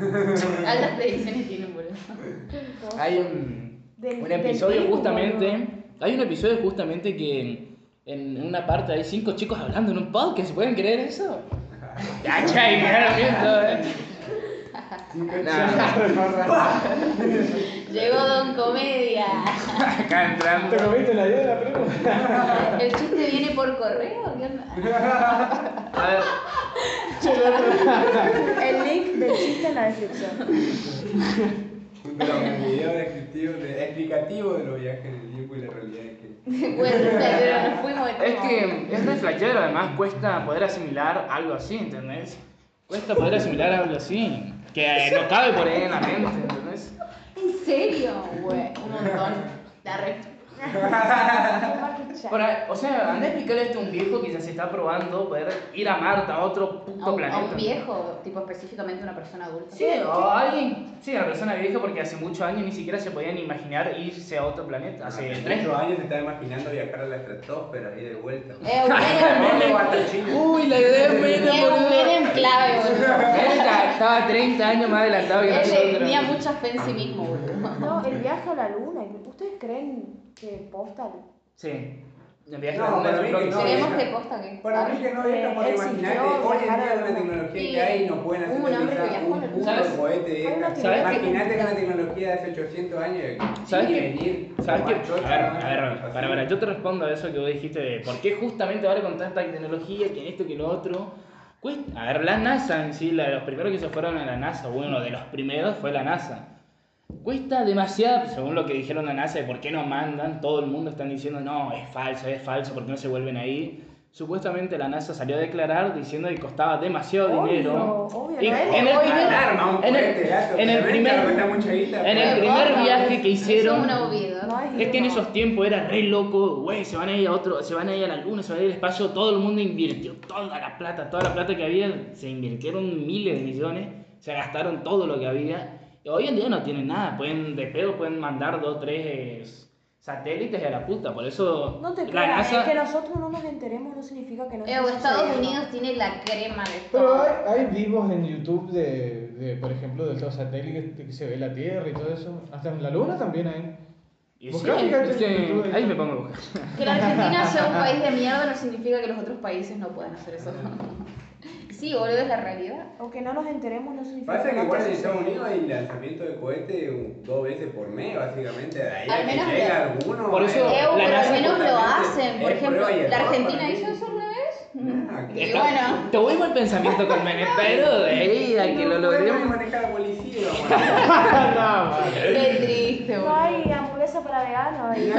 Speaker 2: <laughs>
Speaker 5: Simpsons.
Speaker 2: Altas predicciones tienen, boludo.
Speaker 1: hay un,
Speaker 4: Del-
Speaker 1: un
Speaker 4: del
Speaker 1: episodio
Speaker 4: virus,
Speaker 1: justamente.
Speaker 4: boludo.
Speaker 1: Hay un episodio justamente que en, en una parte hay cinco chicos hablando en un podcast. ¿Pueden creer eso? Cacha, y mira lo mismo, eh. Nah,
Speaker 2: Llegó Don <laughs> Comedia.
Speaker 1: acá entrando.
Speaker 3: ¿Te comiste la idea de la pregunta?
Speaker 2: ¿El chiste viene por correo? ¿Qué onda?
Speaker 1: A ver,
Speaker 4: El link del chiste en la
Speaker 1: <laughs>
Speaker 4: descripción.
Speaker 5: Pero el video descriptivo, de- explicativo de los viajes en el tiempo y la realidad es que.
Speaker 2: <laughs> Bueno, pero nos fuimos de
Speaker 1: es
Speaker 2: tema.
Speaker 1: que es re flashero, además cuesta poder asimilar algo así, ¿entendés? Cuesta poder asimilar algo así. Que eh, no cabe por ahí en la mente, ¿entendés?
Speaker 2: ¿En serio? Güey, un montón. La re...
Speaker 1: Para, o sea, anda a explicarle esto a un viejo que ya se está probando poder ir a Marte, a otro puto
Speaker 2: A un, a
Speaker 1: planeta.
Speaker 2: un viejo, tipo específicamente una persona adulta. Eh,
Speaker 1: Sí, o alguien, sí, una persona vieja porque hace muchos años ni siquiera se podían imaginar irse a otro planeta. Hace tres.
Speaker 5: muchos años se estaba imaginando viajar a la estratosfera y de vuelta. <laughs>
Speaker 2: Eh, un Menem,
Speaker 5: Vamos hasta China.
Speaker 1: <laughs> Uy, la idea es
Speaker 2: Era un Menem clave, boludo.
Speaker 1: Estaba 30 años más adelantado que
Speaker 2: Él
Speaker 1: nosotros.
Speaker 2: tenía mucha fe en sí mismo, boludo.
Speaker 4: No, el viaje a la luna. ¿Ustedes creen que posta?
Speaker 1: Sí. El viaje
Speaker 5: No,
Speaker 1: a la luna es
Speaker 5: para
Speaker 1: un
Speaker 5: mí que no.
Speaker 1: propio-
Speaker 2: Creemos que posta que.
Speaker 5: Para mí que no viajan por
Speaker 4: Eh,
Speaker 5: imaginar
Speaker 4: existió
Speaker 5: que hoy en
Speaker 4: viajar a
Speaker 5: día
Speaker 4: la
Speaker 5: con la
Speaker 4: luna.
Speaker 5: tecnología
Speaker 2: Sí.
Speaker 5: que hay nos pueden hacer
Speaker 2: Hubo un hombre que
Speaker 5: utilizar
Speaker 2: viajó a la
Speaker 5: un puto
Speaker 1: ¿Sabes?
Speaker 5: cohete de
Speaker 4: Fue una
Speaker 5: estas.
Speaker 4: ¿Sabes
Speaker 1: qué?
Speaker 5: Imaginate con la tecnología de hace 800 años.
Speaker 1: ¿Sabes
Speaker 5: que
Speaker 1: qué?
Speaker 5: venir,
Speaker 1: ¿Sabes qué?
Speaker 5: machocha,
Speaker 1: A ver,
Speaker 5: ¿no?
Speaker 1: a ver,
Speaker 5: Así.
Speaker 1: para, para, yo te respondo a eso que vos dijiste de por qué justamente ahora con tanta tecnología, que en esto, que en lo otro. Cuesta. A ver, la NASA en sí, la- los primeros que se fueron a la NASA, bueno, de los primeros fue la NASA. Cuesta demasiado, según lo que dijeron la NASA, de por qué no mandan, todo el mundo están diciendo, no, es falso, es falso, porque no se vuelven ahí. Supuestamente la NASA salió a declarar diciendo que costaba demasiado
Speaker 4: Obvio,
Speaker 1: dinero.
Speaker 4: obvio,
Speaker 1: Y
Speaker 4: no es
Speaker 1: en el
Speaker 4: obvio.
Speaker 1: primer-
Speaker 5: Alarma, un
Speaker 1: en el-
Speaker 5: cohete, gato,
Speaker 1: en el
Speaker 5: tremenda,
Speaker 1: primer-
Speaker 5: cuesta mucha guita,
Speaker 1: en
Speaker 5: pero-
Speaker 1: el primer viaje que hicieron-
Speaker 2: Eso Eh, es una bobida.
Speaker 4: No es
Speaker 1: Es que en
Speaker 4: idea.
Speaker 1: esos tiempos era re loco, güey, se van a ir a otro, se van a ir a la luna, se van a ir al espacio, todo el mundo invirtió toda la plata, toda la plata que había, se invirtieron miles de millones, se gastaron todo lo que había. Y hoy en día no tienen nada, pueden de pedo pueden mandar dos, tres eh, satélites a la puta, por eso
Speaker 4: No te
Speaker 1: la
Speaker 4: creas,
Speaker 1: NASA-
Speaker 4: es que nosotros no nos enteremos no significa que no
Speaker 2: Eh,
Speaker 4: esté
Speaker 2: Estados
Speaker 4: sucediendo.
Speaker 2: Unidos tiene la crema de
Speaker 3: Pero
Speaker 2: todo.
Speaker 3: hay, hay vivos en YouTube de, de, por ejemplo, de los satélites que se ve la Tierra y todo eso. Hasta en la Luna también hay.
Speaker 1: Y
Speaker 3: Buscá,
Speaker 1: sí,
Speaker 3: fíjate
Speaker 1: es que-
Speaker 3: en YouTube.
Speaker 1: ahí me pongo a buscar.
Speaker 2: Que la Argentina sea un país de mierda no significa que los otros países no puedan hacer eso. Sí, boludo, es la realidad.
Speaker 4: O que no nos enteremos no significa
Speaker 5: Pasa que
Speaker 4: no
Speaker 5: igual en
Speaker 4: esté
Speaker 5: Estados
Speaker 4: sucediendo.
Speaker 5: Unidos hay lanzamiento de cohete un- dos veces por mes, básicamente. De ahí a
Speaker 2: Al
Speaker 5: que
Speaker 2: menos
Speaker 5: llega
Speaker 2: lo-
Speaker 5: alguno.
Speaker 1: Por eso-
Speaker 5: eh,
Speaker 2: Eh, pero
Speaker 1: NASA
Speaker 2: al menos lo
Speaker 5: justamente
Speaker 2: hacen. Por
Speaker 5: Eh, es
Speaker 2: ejemplo,
Speaker 5: prueba y error
Speaker 2: la Argentina
Speaker 5: para mí.
Speaker 2: hizo eso al
Speaker 1: Mm.
Speaker 2: revés. Mm.
Speaker 5: Ah, que-
Speaker 2: Y
Speaker 1: Está-
Speaker 2: bueno.
Speaker 1: Te vuelvo el pensamiento con Menem, pero de ahí a que lo
Speaker 5: No podemos
Speaker 1: logremos. Ah,
Speaker 5: manejar a la policía, vamos.
Speaker 2: Qué triste,
Speaker 4: No
Speaker 2: boludo.
Speaker 4: hay hamburguesa para veganos. hay-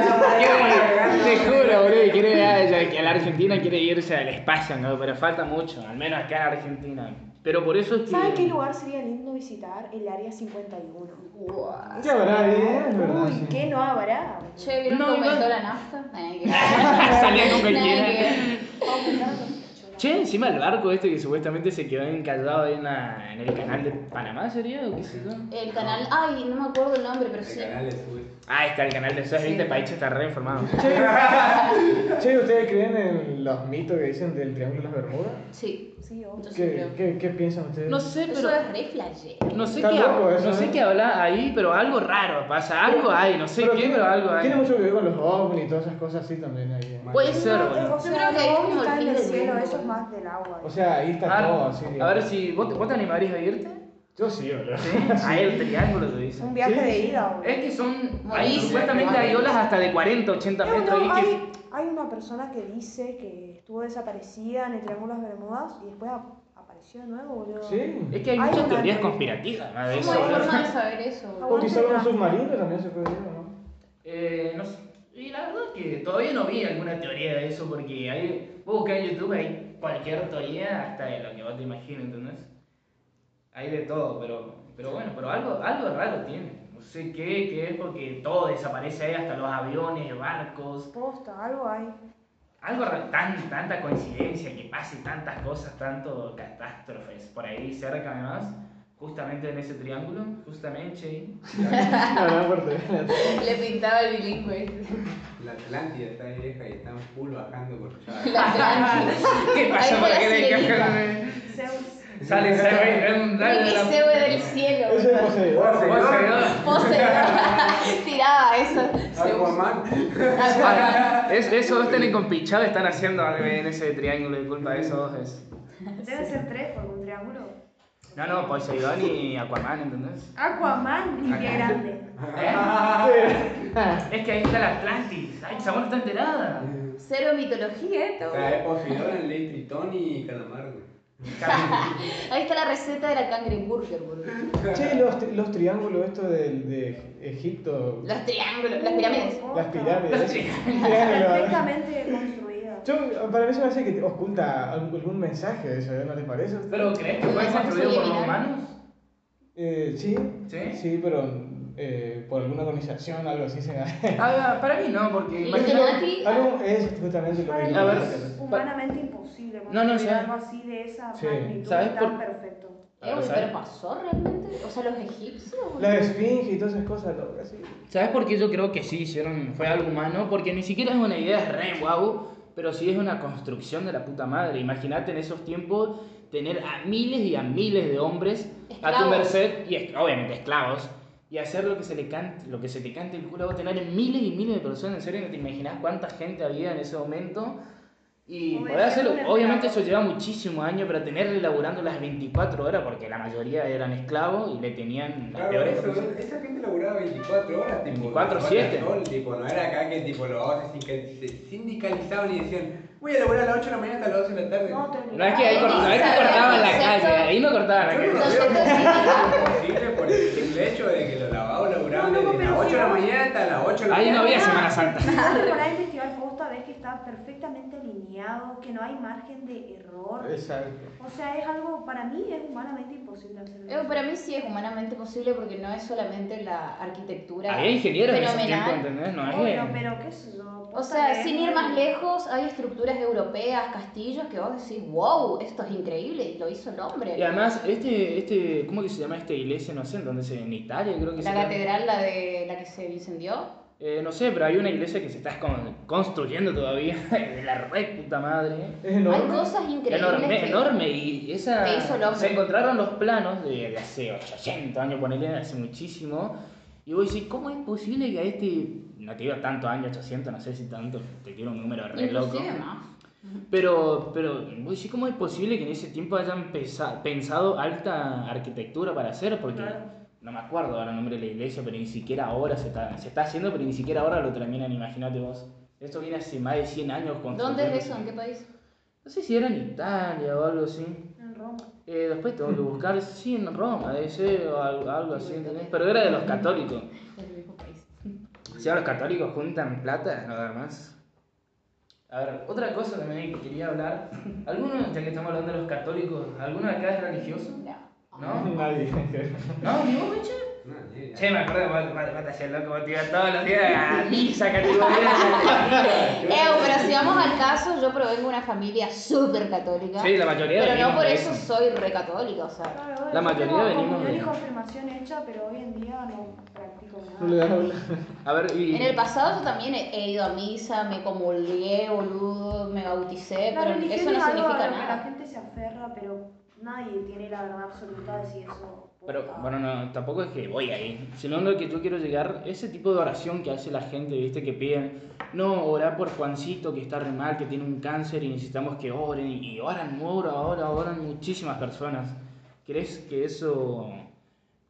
Speaker 1: Te juro, boludo, quiere ir a- que la Argentina quiere irse al espacio, ¿no? Pero falta mucho, al menos acá en Argentina. Pero por eso es que.
Speaker 4: ¿Saben qué lugar sería lindo visitar? El área 51.
Speaker 2: Guau.
Speaker 3: ¿Qué habrá ahí? eh? Es verdad,
Speaker 4: Uy,
Speaker 3: sí.
Speaker 4: ¿qué no habrá?
Speaker 2: Che, ¿vieron
Speaker 1: No,
Speaker 2: cómo
Speaker 1: igual-
Speaker 2: aumentó la nafta? Nada que ver.
Speaker 1: Salió con
Speaker 2: Nada que
Speaker 1: cualquiera.
Speaker 2: ver.
Speaker 1: Che, encima el barco este que supuestamente se quedó encallado ahí en, la- en el canal de Panamá, ¿sería? ¿O qué sé yo?
Speaker 2: El canal, ay, no me acuerdo el nombre, pero
Speaker 5: El
Speaker 2: sí.
Speaker 5: canal es Suez.
Speaker 1: Ah, está el canal de Suez, viste, Paicho está re informado.
Speaker 3: Che, ¿ustedes creen en los mitos que dicen del Triángulo de las Bermudas?
Speaker 2: Sí,
Speaker 4: Sí, obvio.
Speaker 2: yo sí
Speaker 3: ¿Qué,
Speaker 2: creo.
Speaker 3: qué, qué piensan ustedes?
Speaker 1: No sé,
Speaker 2: Eso
Speaker 1: pero.
Speaker 2: es re flashero.
Speaker 1: No sé,
Speaker 3: Está
Speaker 1: qué,
Speaker 3: loco
Speaker 1: hab-
Speaker 3: eso, ¿eh?
Speaker 1: no sé
Speaker 3: ¿no?
Speaker 1: qué habla ahí, pero algo raro pasa. Algo hay, no sé qué,
Speaker 3: tiene-
Speaker 1: pero algo hay.
Speaker 3: Tiene mucho que ver con los ovnis y todas esas cosas así también ahí. eh.
Speaker 1: Puede ser,
Speaker 4: No,
Speaker 1: boludo.
Speaker 4: O sea,
Speaker 2: Yo creo que
Speaker 4: los
Speaker 2: es
Speaker 4: ovnis
Speaker 2: como el
Speaker 4: están
Speaker 2: fin
Speaker 4: en el
Speaker 2: del
Speaker 4: cielo,
Speaker 2: mundo,
Speaker 4: eso es
Speaker 2: boludo.
Speaker 4: más del agua.
Speaker 3: O sea, ahí está
Speaker 1: Ah,
Speaker 3: todo así.
Speaker 1: a
Speaker 3: digamos.
Speaker 1: ver si. ¿Vos, vos te animarías a irte?
Speaker 3: Yo sí, boludo.
Speaker 1: A el triángulo te dicen.
Speaker 4: un viaje
Speaker 3: sí,
Speaker 4: de
Speaker 3: sí.
Speaker 4: ida, obvio.
Speaker 1: Es que son.
Speaker 2: Bueno,
Speaker 1: Ahí
Speaker 5: sí,
Speaker 1: supuestamente
Speaker 5: sí.
Speaker 1: hay olas hasta de 40, 80
Speaker 4: No,
Speaker 1: metros.
Speaker 4: no,
Speaker 1: y que-
Speaker 4: hay, hay una persona que dice que estuvo desaparecida en el Triángulo de las Bermudas y después ap- apareció de nuevo, boludo.
Speaker 3: Sí.
Speaker 1: Es que hay
Speaker 4: Hay
Speaker 1: muchas
Speaker 4: una-
Speaker 1: teorías conspirativas, ¿no? De eso.
Speaker 2: ¿Cómo es forma de saber eso?
Speaker 4: O
Speaker 1: Ah,
Speaker 3: O
Speaker 2: boludo?
Speaker 4: quizá
Speaker 3: quizá
Speaker 4: con
Speaker 3: un
Speaker 4: un
Speaker 3: submarino también se puede ir, ¿no? <laughs>
Speaker 1: Eh, no sé. Y la verdad que todavía no vi alguna teoría de eso porque hay, vos buscás en YouTube hay cualquier teoría hasta de lo que vos te imagines, ¿entendés? Hay de todo, pero, pero bueno, pero algo, algo raro tiene. No sé qué, qué es porque todo desaparece ahí, hasta los aviones, barcos.
Speaker 4: Posta, algo hay.
Speaker 1: Algo raro, tan, tanta coincidencia que pase tantas cosas, tanto catástrofes por ahí cerca además, justamente en ese triángulo, justamente ahí.
Speaker 3: La verdad, fuerte.
Speaker 2: Le pintaba el bilingüe.
Speaker 1: <laughs>
Speaker 5: La Atlántida está vieja y están full bajando por
Speaker 2: La gran-
Speaker 1: <laughs> ¿Qué pasa
Speaker 2: Ahí
Speaker 1: por
Speaker 2: la
Speaker 1: qué le
Speaker 2: sirenita.
Speaker 1: encajan?
Speaker 4: Zeus.
Speaker 1: Sale Zeus
Speaker 2: Mini
Speaker 1: dale.
Speaker 2: Zeus del cielo.
Speaker 3: Eso es Poseidón.
Speaker 5: Poseidón.
Speaker 2: Poseidón. <laughs> Tiraba eso. Zeus.
Speaker 5: Aquaman.
Speaker 1: Es, esos dos están encompinchados, están haciendo algo en ese triángulo de culpa de esos dos. Es...
Speaker 4: Deben ser tres por un triángulo.
Speaker 1: No, no, Poseidón y Aquaman, ¿entendés?
Speaker 4: Aquaman y pie grande.
Speaker 1: ¿Eh? Es que ahí está la Atlantis. Ay, Samuel está <laughs> enterada.
Speaker 2: Cero mitología, ¿eh? Todo.
Speaker 5: La de Poseidón, el Ley Tritón y Calamardo.
Speaker 2: Ahí está la receta de la cangreburger, boludo.
Speaker 3: Che, los, tri- los triángulos estos de, de Egipto,
Speaker 2: Los triángulos, las pirámides.
Speaker 3: las
Speaker 4: Posta.
Speaker 3: pirámides. <laughs> Triángulo.
Speaker 4: Perfectamente construida.
Speaker 3: Yo, para mí se me hace que te oculta algún algún mensaje de eso, ¿eh? ¿no te parece?
Speaker 1: ¿Pero crees que fue construido por los humanos?
Speaker 3: Eh, sí,
Speaker 1: ¿Sí?
Speaker 3: sí, pero eh, por alguna organización, algo así se
Speaker 1: Ah, para mí no, porque. imagino-
Speaker 2: Illuminati.
Speaker 3: Algo es justamente lo
Speaker 4: Para
Speaker 3: mismo.
Speaker 1: A
Speaker 4: mí
Speaker 1: ver.
Speaker 4: es humanamente imposible.
Speaker 1: No, no,
Speaker 4: construir
Speaker 1: ¿sabes?
Speaker 4: Algo así de esa
Speaker 3: Sí.
Speaker 4: magnitud
Speaker 1: ¿Sabes
Speaker 4: tan
Speaker 1: por-
Speaker 4: perfecto.
Speaker 1: Ah,
Speaker 2: Eh,
Speaker 1: lo
Speaker 2: güey,
Speaker 1: sabe.
Speaker 2: pero pasó realmente. O sea, los egipcios. boludo.
Speaker 3: La esfinge y todas esas cosas, locas, sí.
Speaker 1: ¿Sabes por qué yo creo que sí hicieron, fue algo humano? Porque ni siquiera es una idea es re guau, pero sí es una construcción de la puta madre. Imagínate en esos tiempos tener a miles y a miles de hombres a tu
Speaker 2: Esclavos.
Speaker 1: merced, y es- obviamente esclavos, y hacer lo que se le cante, lo que se te cante el culo, vos tener miles y miles de personas, en serio, no te imaginás cuánta gente había en ese momento. Y
Speaker 4: Obviamente
Speaker 1: poder hacerlo,
Speaker 4: un
Speaker 1: obviamente eso
Speaker 4: esclavo.
Speaker 1: lleva muchísimos años, pero tenerle laburando las 24 horas, porque la mayoría eran esclavos y le tenían las
Speaker 5: Claro,
Speaker 1: peores
Speaker 5: eso,
Speaker 1: condiciones.
Speaker 5: esa gente laburaba 24 horas, tipo.
Speaker 1: 24/7.
Speaker 5: todo el Tipo, no era acá que tipo los abogados se sindica- se sindicalizaban y decían, voy a laburar a las 8 de la mañana hasta las 12 de la tarde.
Speaker 4: No, terminaba.
Speaker 1: No es que ahí cort- no es que cortaban la calle, ahí no cortaban la
Speaker 5: Yo no
Speaker 1: calle.
Speaker 5: lo
Speaker 2: Entonces,
Speaker 5: veo
Speaker 2: esto sí.
Speaker 5: <laughs> como posible por el simple hecho de que los lavados laburaban
Speaker 4: No, no,
Speaker 5: desde
Speaker 4: pero
Speaker 5: las 8 de la
Speaker 4: si vos-
Speaker 5: mañana hasta las 8 de la
Speaker 1: Ahí no
Speaker 5: mañana.
Speaker 1: había Semana Santa.
Speaker 4: Para para investigar posta, ves que está perfectamente alineado, que no hay margen de error.
Speaker 3: Exacto.
Speaker 4: O sea, es algo, para mí es humanamente imposible hacer
Speaker 2: Eh,
Speaker 4: eso.
Speaker 2: Para mí sí es humanamente posible porque no es solamente la arquitectura.
Speaker 1: Había ingenieros en ese tiempo,
Speaker 2: fenomenal.
Speaker 1: ¿entendés? No es
Speaker 4: Bueno,
Speaker 1: que-
Speaker 4: pero qué sé yo.
Speaker 2: O
Speaker 4: posta que
Speaker 2: sea,
Speaker 4: es
Speaker 2: sin ir
Speaker 4: muy-
Speaker 2: más lejos, hay estructuras europeas, castillos que vos decís, wow, esto es increíble, y lo hizo el hombre.
Speaker 1: Y además, este, este, ¿cómo que se llama esta iglesia? No sé, en dónde se, en Italia creo que
Speaker 2: La
Speaker 1: se
Speaker 2: catedral, la de la que se incendió.
Speaker 1: Eh, no sé, pero hay una iglesia que se está con- construyendo todavía, <laughs> de la re puta madre.
Speaker 3: Es
Speaker 2: Hay
Speaker 3: enorme.
Speaker 2: cosas increíbles.
Speaker 1: Enorme,
Speaker 2: que-
Speaker 1: enorme, y esa...
Speaker 2: que hizo el hombre.
Speaker 1: Se encontraron los planos de, de hace 800 años, ponele, hace muchísimo, y vos decís, ¿cómo es posible que a este... No te digo tantos años, 800, no sé si tanto, te tiro un número re loco.
Speaker 2: Inclusive más.
Speaker 1: Pero, pero, vos decís, ¿cómo es posible que en ese tiempo hayan pesa- pensado alta arquitectura para hacer? Porque
Speaker 4: Claro.
Speaker 1: no me acuerdo ahora el nombre de la iglesia, pero ni siquiera ahora se está, se está haciendo, pero ni siquiera ahora lo terminan, imagínate vos. Esto viene hace más de 100 años.
Speaker 2: ¿Dónde es eso?
Speaker 1: construyéndose.
Speaker 2: ¿En qué país?
Speaker 1: No sé si era en Italia o algo así.
Speaker 4: En Roma.
Speaker 1: Eh, después tengo
Speaker 2: <laughs>
Speaker 1: que buscar, sí, en Roma, debe ser, o algo, algo así, ¿entendés? Pero era de los católicos.
Speaker 2: Es el mismo país.
Speaker 1: Si ahora los católicos juntan plata, no dar más. A ver, otra cosa también que quería <laughs> hablar. ¿Alguno, ya que estamos hablando de los católicos, ¿alguno de acá es religioso? <laughs> ¿No?
Speaker 3: Nadie.
Speaker 1: ¿No? ¿Ni vos, Mecha?
Speaker 5: No, ni idea.
Speaker 1: Che, me
Speaker 4: Eh,
Speaker 1: acuerdo, vos, vos, vos te hacías loco, vos te ibas todos los días a <laughs> misa, categoría.
Speaker 2: Eh, pero si vamos al caso, yo provengo de una familia súper católica.
Speaker 1: Sí, la mayoría
Speaker 2: Pero
Speaker 1: venimos
Speaker 2: no por
Speaker 1: de
Speaker 2: eso
Speaker 1: eso.
Speaker 2: soy re católica, o sea.
Speaker 4: Claro,
Speaker 1: La mayoría
Speaker 4: yo tengo
Speaker 1: venimos
Speaker 4: comunión
Speaker 1: de-
Speaker 4: y confirmación hecha, pero hoy en día no practico
Speaker 3: No le
Speaker 4: nada.
Speaker 3: das bola.
Speaker 1: A ver, y.
Speaker 2: En el pasado yo también he he ido a misa, me comulgué, boludo, me bauticé,
Speaker 4: La
Speaker 2: Eh, pero
Speaker 4: religión
Speaker 2: eso
Speaker 4: es
Speaker 2: no
Speaker 4: algo a
Speaker 2: significa
Speaker 4: lo que la
Speaker 2: nada.
Speaker 4: gente se aferra, pero nadie tiene la verdad absoluta de si eso...
Speaker 1: Pero
Speaker 4: posta.
Speaker 1: bueno, no, tampoco es que voy ahí, sino lo que yo quiero llegar, ese tipo de oración que hace la gente, viste, que piden, no, orar por Juancito que está re mal, que tiene un cáncer y necesitamos que oren, y oran, oran, oran, oran muchísimas personas. ¿Crees que eso,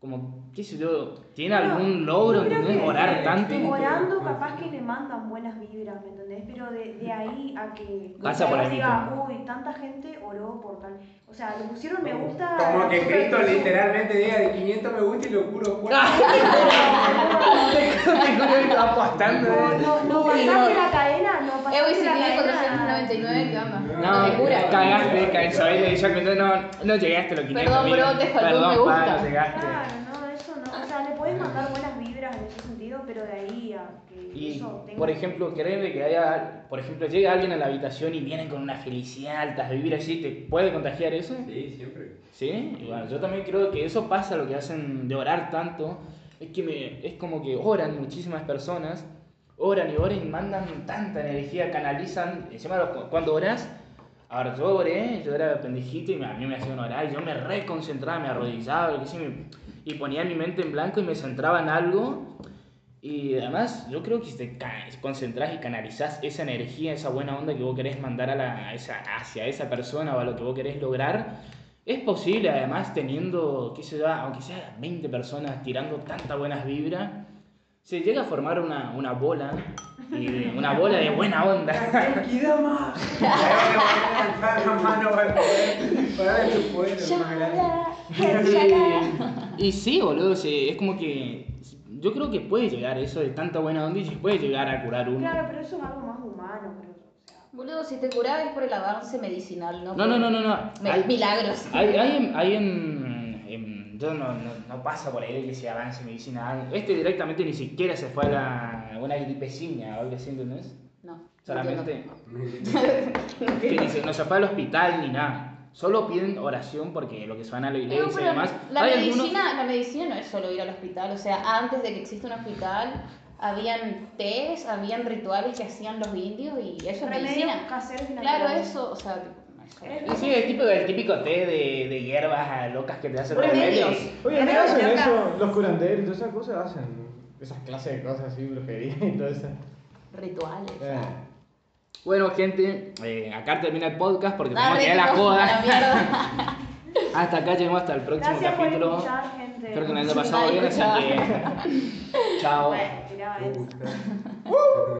Speaker 1: como, qué sé yo, tiene
Speaker 4: Bueno,
Speaker 1: algún logro,
Speaker 4: yo creo
Speaker 1: ¿entendés?
Speaker 4: que
Speaker 1: Orar tanto?
Speaker 5: sí.
Speaker 4: Orando capaz que le mandan buenas vibras, ¿me entendés? Pero de, de ahí a que
Speaker 1: Pasa por
Speaker 4: Gonzalo
Speaker 1: ahí
Speaker 4: diga,
Speaker 1: mismo.
Speaker 4: uy, tanta gente oró por tal. O sea, le pusieron me gusta.
Speaker 5: Como que Cristo
Speaker 4: Jesús.
Speaker 5: literalmente diga de 500 me gusta y lo juro cuatro.
Speaker 1: <laughs> Ah. apostando.
Speaker 4: No, no, no
Speaker 2: <laughs>
Speaker 1: Uy, no.
Speaker 4: pasaste la cadena, no
Speaker 2: Eh, güey,
Speaker 4: pasaste
Speaker 2: si
Speaker 4: la
Speaker 2: tiene
Speaker 4: cadena.
Speaker 2: 499, ¿qué onda?
Speaker 1: No,
Speaker 2: No te cura. ¿eh?
Speaker 1: cagaste, cagaste, sabés, yo cuento, no, no llegaste a los 500
Speaker 2: Perdón, bro, te faltó un
Speaker 1: Perdón,
Speaker 2: me gusta.
Speaker 1: pa, no llegaste.
Speaker 4: Claro, no, eso no. O sea, le puedes mandar buenas vibras en ese sentido, pero de ahí a que
Speaker 1: Y,
Speaker 4: eso tenga.
Speaker 1: por ejemplo, querer de que haya, por ejemplo, llega alguien a la habitación y vienen con una felicidad alta, vivir así, ¿te puede contagiar eso?
Speaker 5: <laughs> Sí, siempre.
Speaker 1: Sí, y bueno, yo también creo que eso pasa, lo que hacen de orar tanto, es que me- es como que oran muchísimas personas, oran y oran y mandan tanta energía, canalizan, encima lo- cu- cuando oras, ahora yo oré, ¿eh? yo era pendejito y me- a mí me hacían orar, y yo me reconcentraba, me arrodillaba, lo que sea, me- y ponía mi mente en blanco y me centraba en algo, y además yo creo que si te ca- concentras y canalizas esa energía, esa buena onda que vos querés mandar a la, a esa, hacia esa persona o a lo que vos querés lograr, es posible, además, teniendo, qué sé yo, aunque sea 20 personas tirando tantas buenas vibras, se llega a formar una, una bola, y de- una bola de buena
Speaker 5: <laughs>
Speaker 1: onda.
Speaker 5: ¡Equidama! Levantar la mano para poder para ver tu poder
Speaker 2: Ya,
Speaker 5: más grande.
Speaker 1: Y, y sí, boludo, se- es como que yo creo que puede llegar eso de tanta buena onda y se puede llegar a curar uno.
Speaker 4: Claro, pero eso es algo más humano, creo yo. O sea,
Speaker 2: Boludo, si te curabas es por el avance medicinal, ¿no?
Speaker 1: No, no, no, no, no.
Speaker 2: Me-
Speaker 1: Hay-
Speaker 2: Milagros.
Speaker 1: Hay, hay en, hay en- en- yo no, no, no pasa por ahí que se avance medicina. Este directamente ni siquiera se fue a la, una gripecina o algo así, ¿entendés?
Speaker 2: No.
Speaker 1: Solamente.
Speaker 2: No
Speaker 1: Que
Speaker 2: entiendo.
Speaker 1: ni se, no se fue al hospital ni nada. Solo piden oración porque lo que se van a la
Speaker 2: Digo,
Speaker 1: iglesia y
Speaker 2: pero
Speaker 1: demás.
Speaker 2: la,
Speaker 1: hay
Speaker 2: medicina,
Speaker 1: algunos.
Speaker 2: la medicina no es solo ir al hospital, o sea, antes de que exista un hospital, habían tés, habían rituales que hacían los indios y eso es
Speaker 4: remedios
Speaker 2: medicina.
Speaker 4: caseros y
Speaker 2: Claro,
Speaker 4: naturales.
Speaker 2: eso, o sea, tipo, no es solo-
Speaker 4: Es-
Speaker 1: Sí, el típico, el típico té de, de hierbas ah, locas que te hacen los
Speaker 2: Remedios.
Speaker 1: remedios.
Speaker 3: Oye, ¿no
Speaker 4: Pero
Speaker 3: hacen
Speaker 4: acá-
Speaker 3: eso? Los curanderos y todas esas cosas hacen esas clases de cosas así, brujería y todo eso.
Speaker 2: rituales.
Speaker 3: Eh.
Speaker 1: Bueno, gente, eh, acá termina el podcast porque
Speaker 2: Dale,
Speaker 1: tenemos que ir a la
Speaker 2: tipo, a Ah, la
Speaker 1: joda. <laughs>
Speaker 2: mierda.
Speaker 1: Hasta acá llegamos hasta el próximo
Speaker 4: Gracias por
Speaker 1: capítulo.
Speaker 4: escuchar, gente.
Speaker 1: Espero que les
Speaker 2: Sí,
Speaker 1: haya pasado
Speaker 2: nadie
Speaker 1: bien, así que. <laughs> Chao.
Speaker 4: Bueno, tiraba eso.
Speaker 5: Me gusta.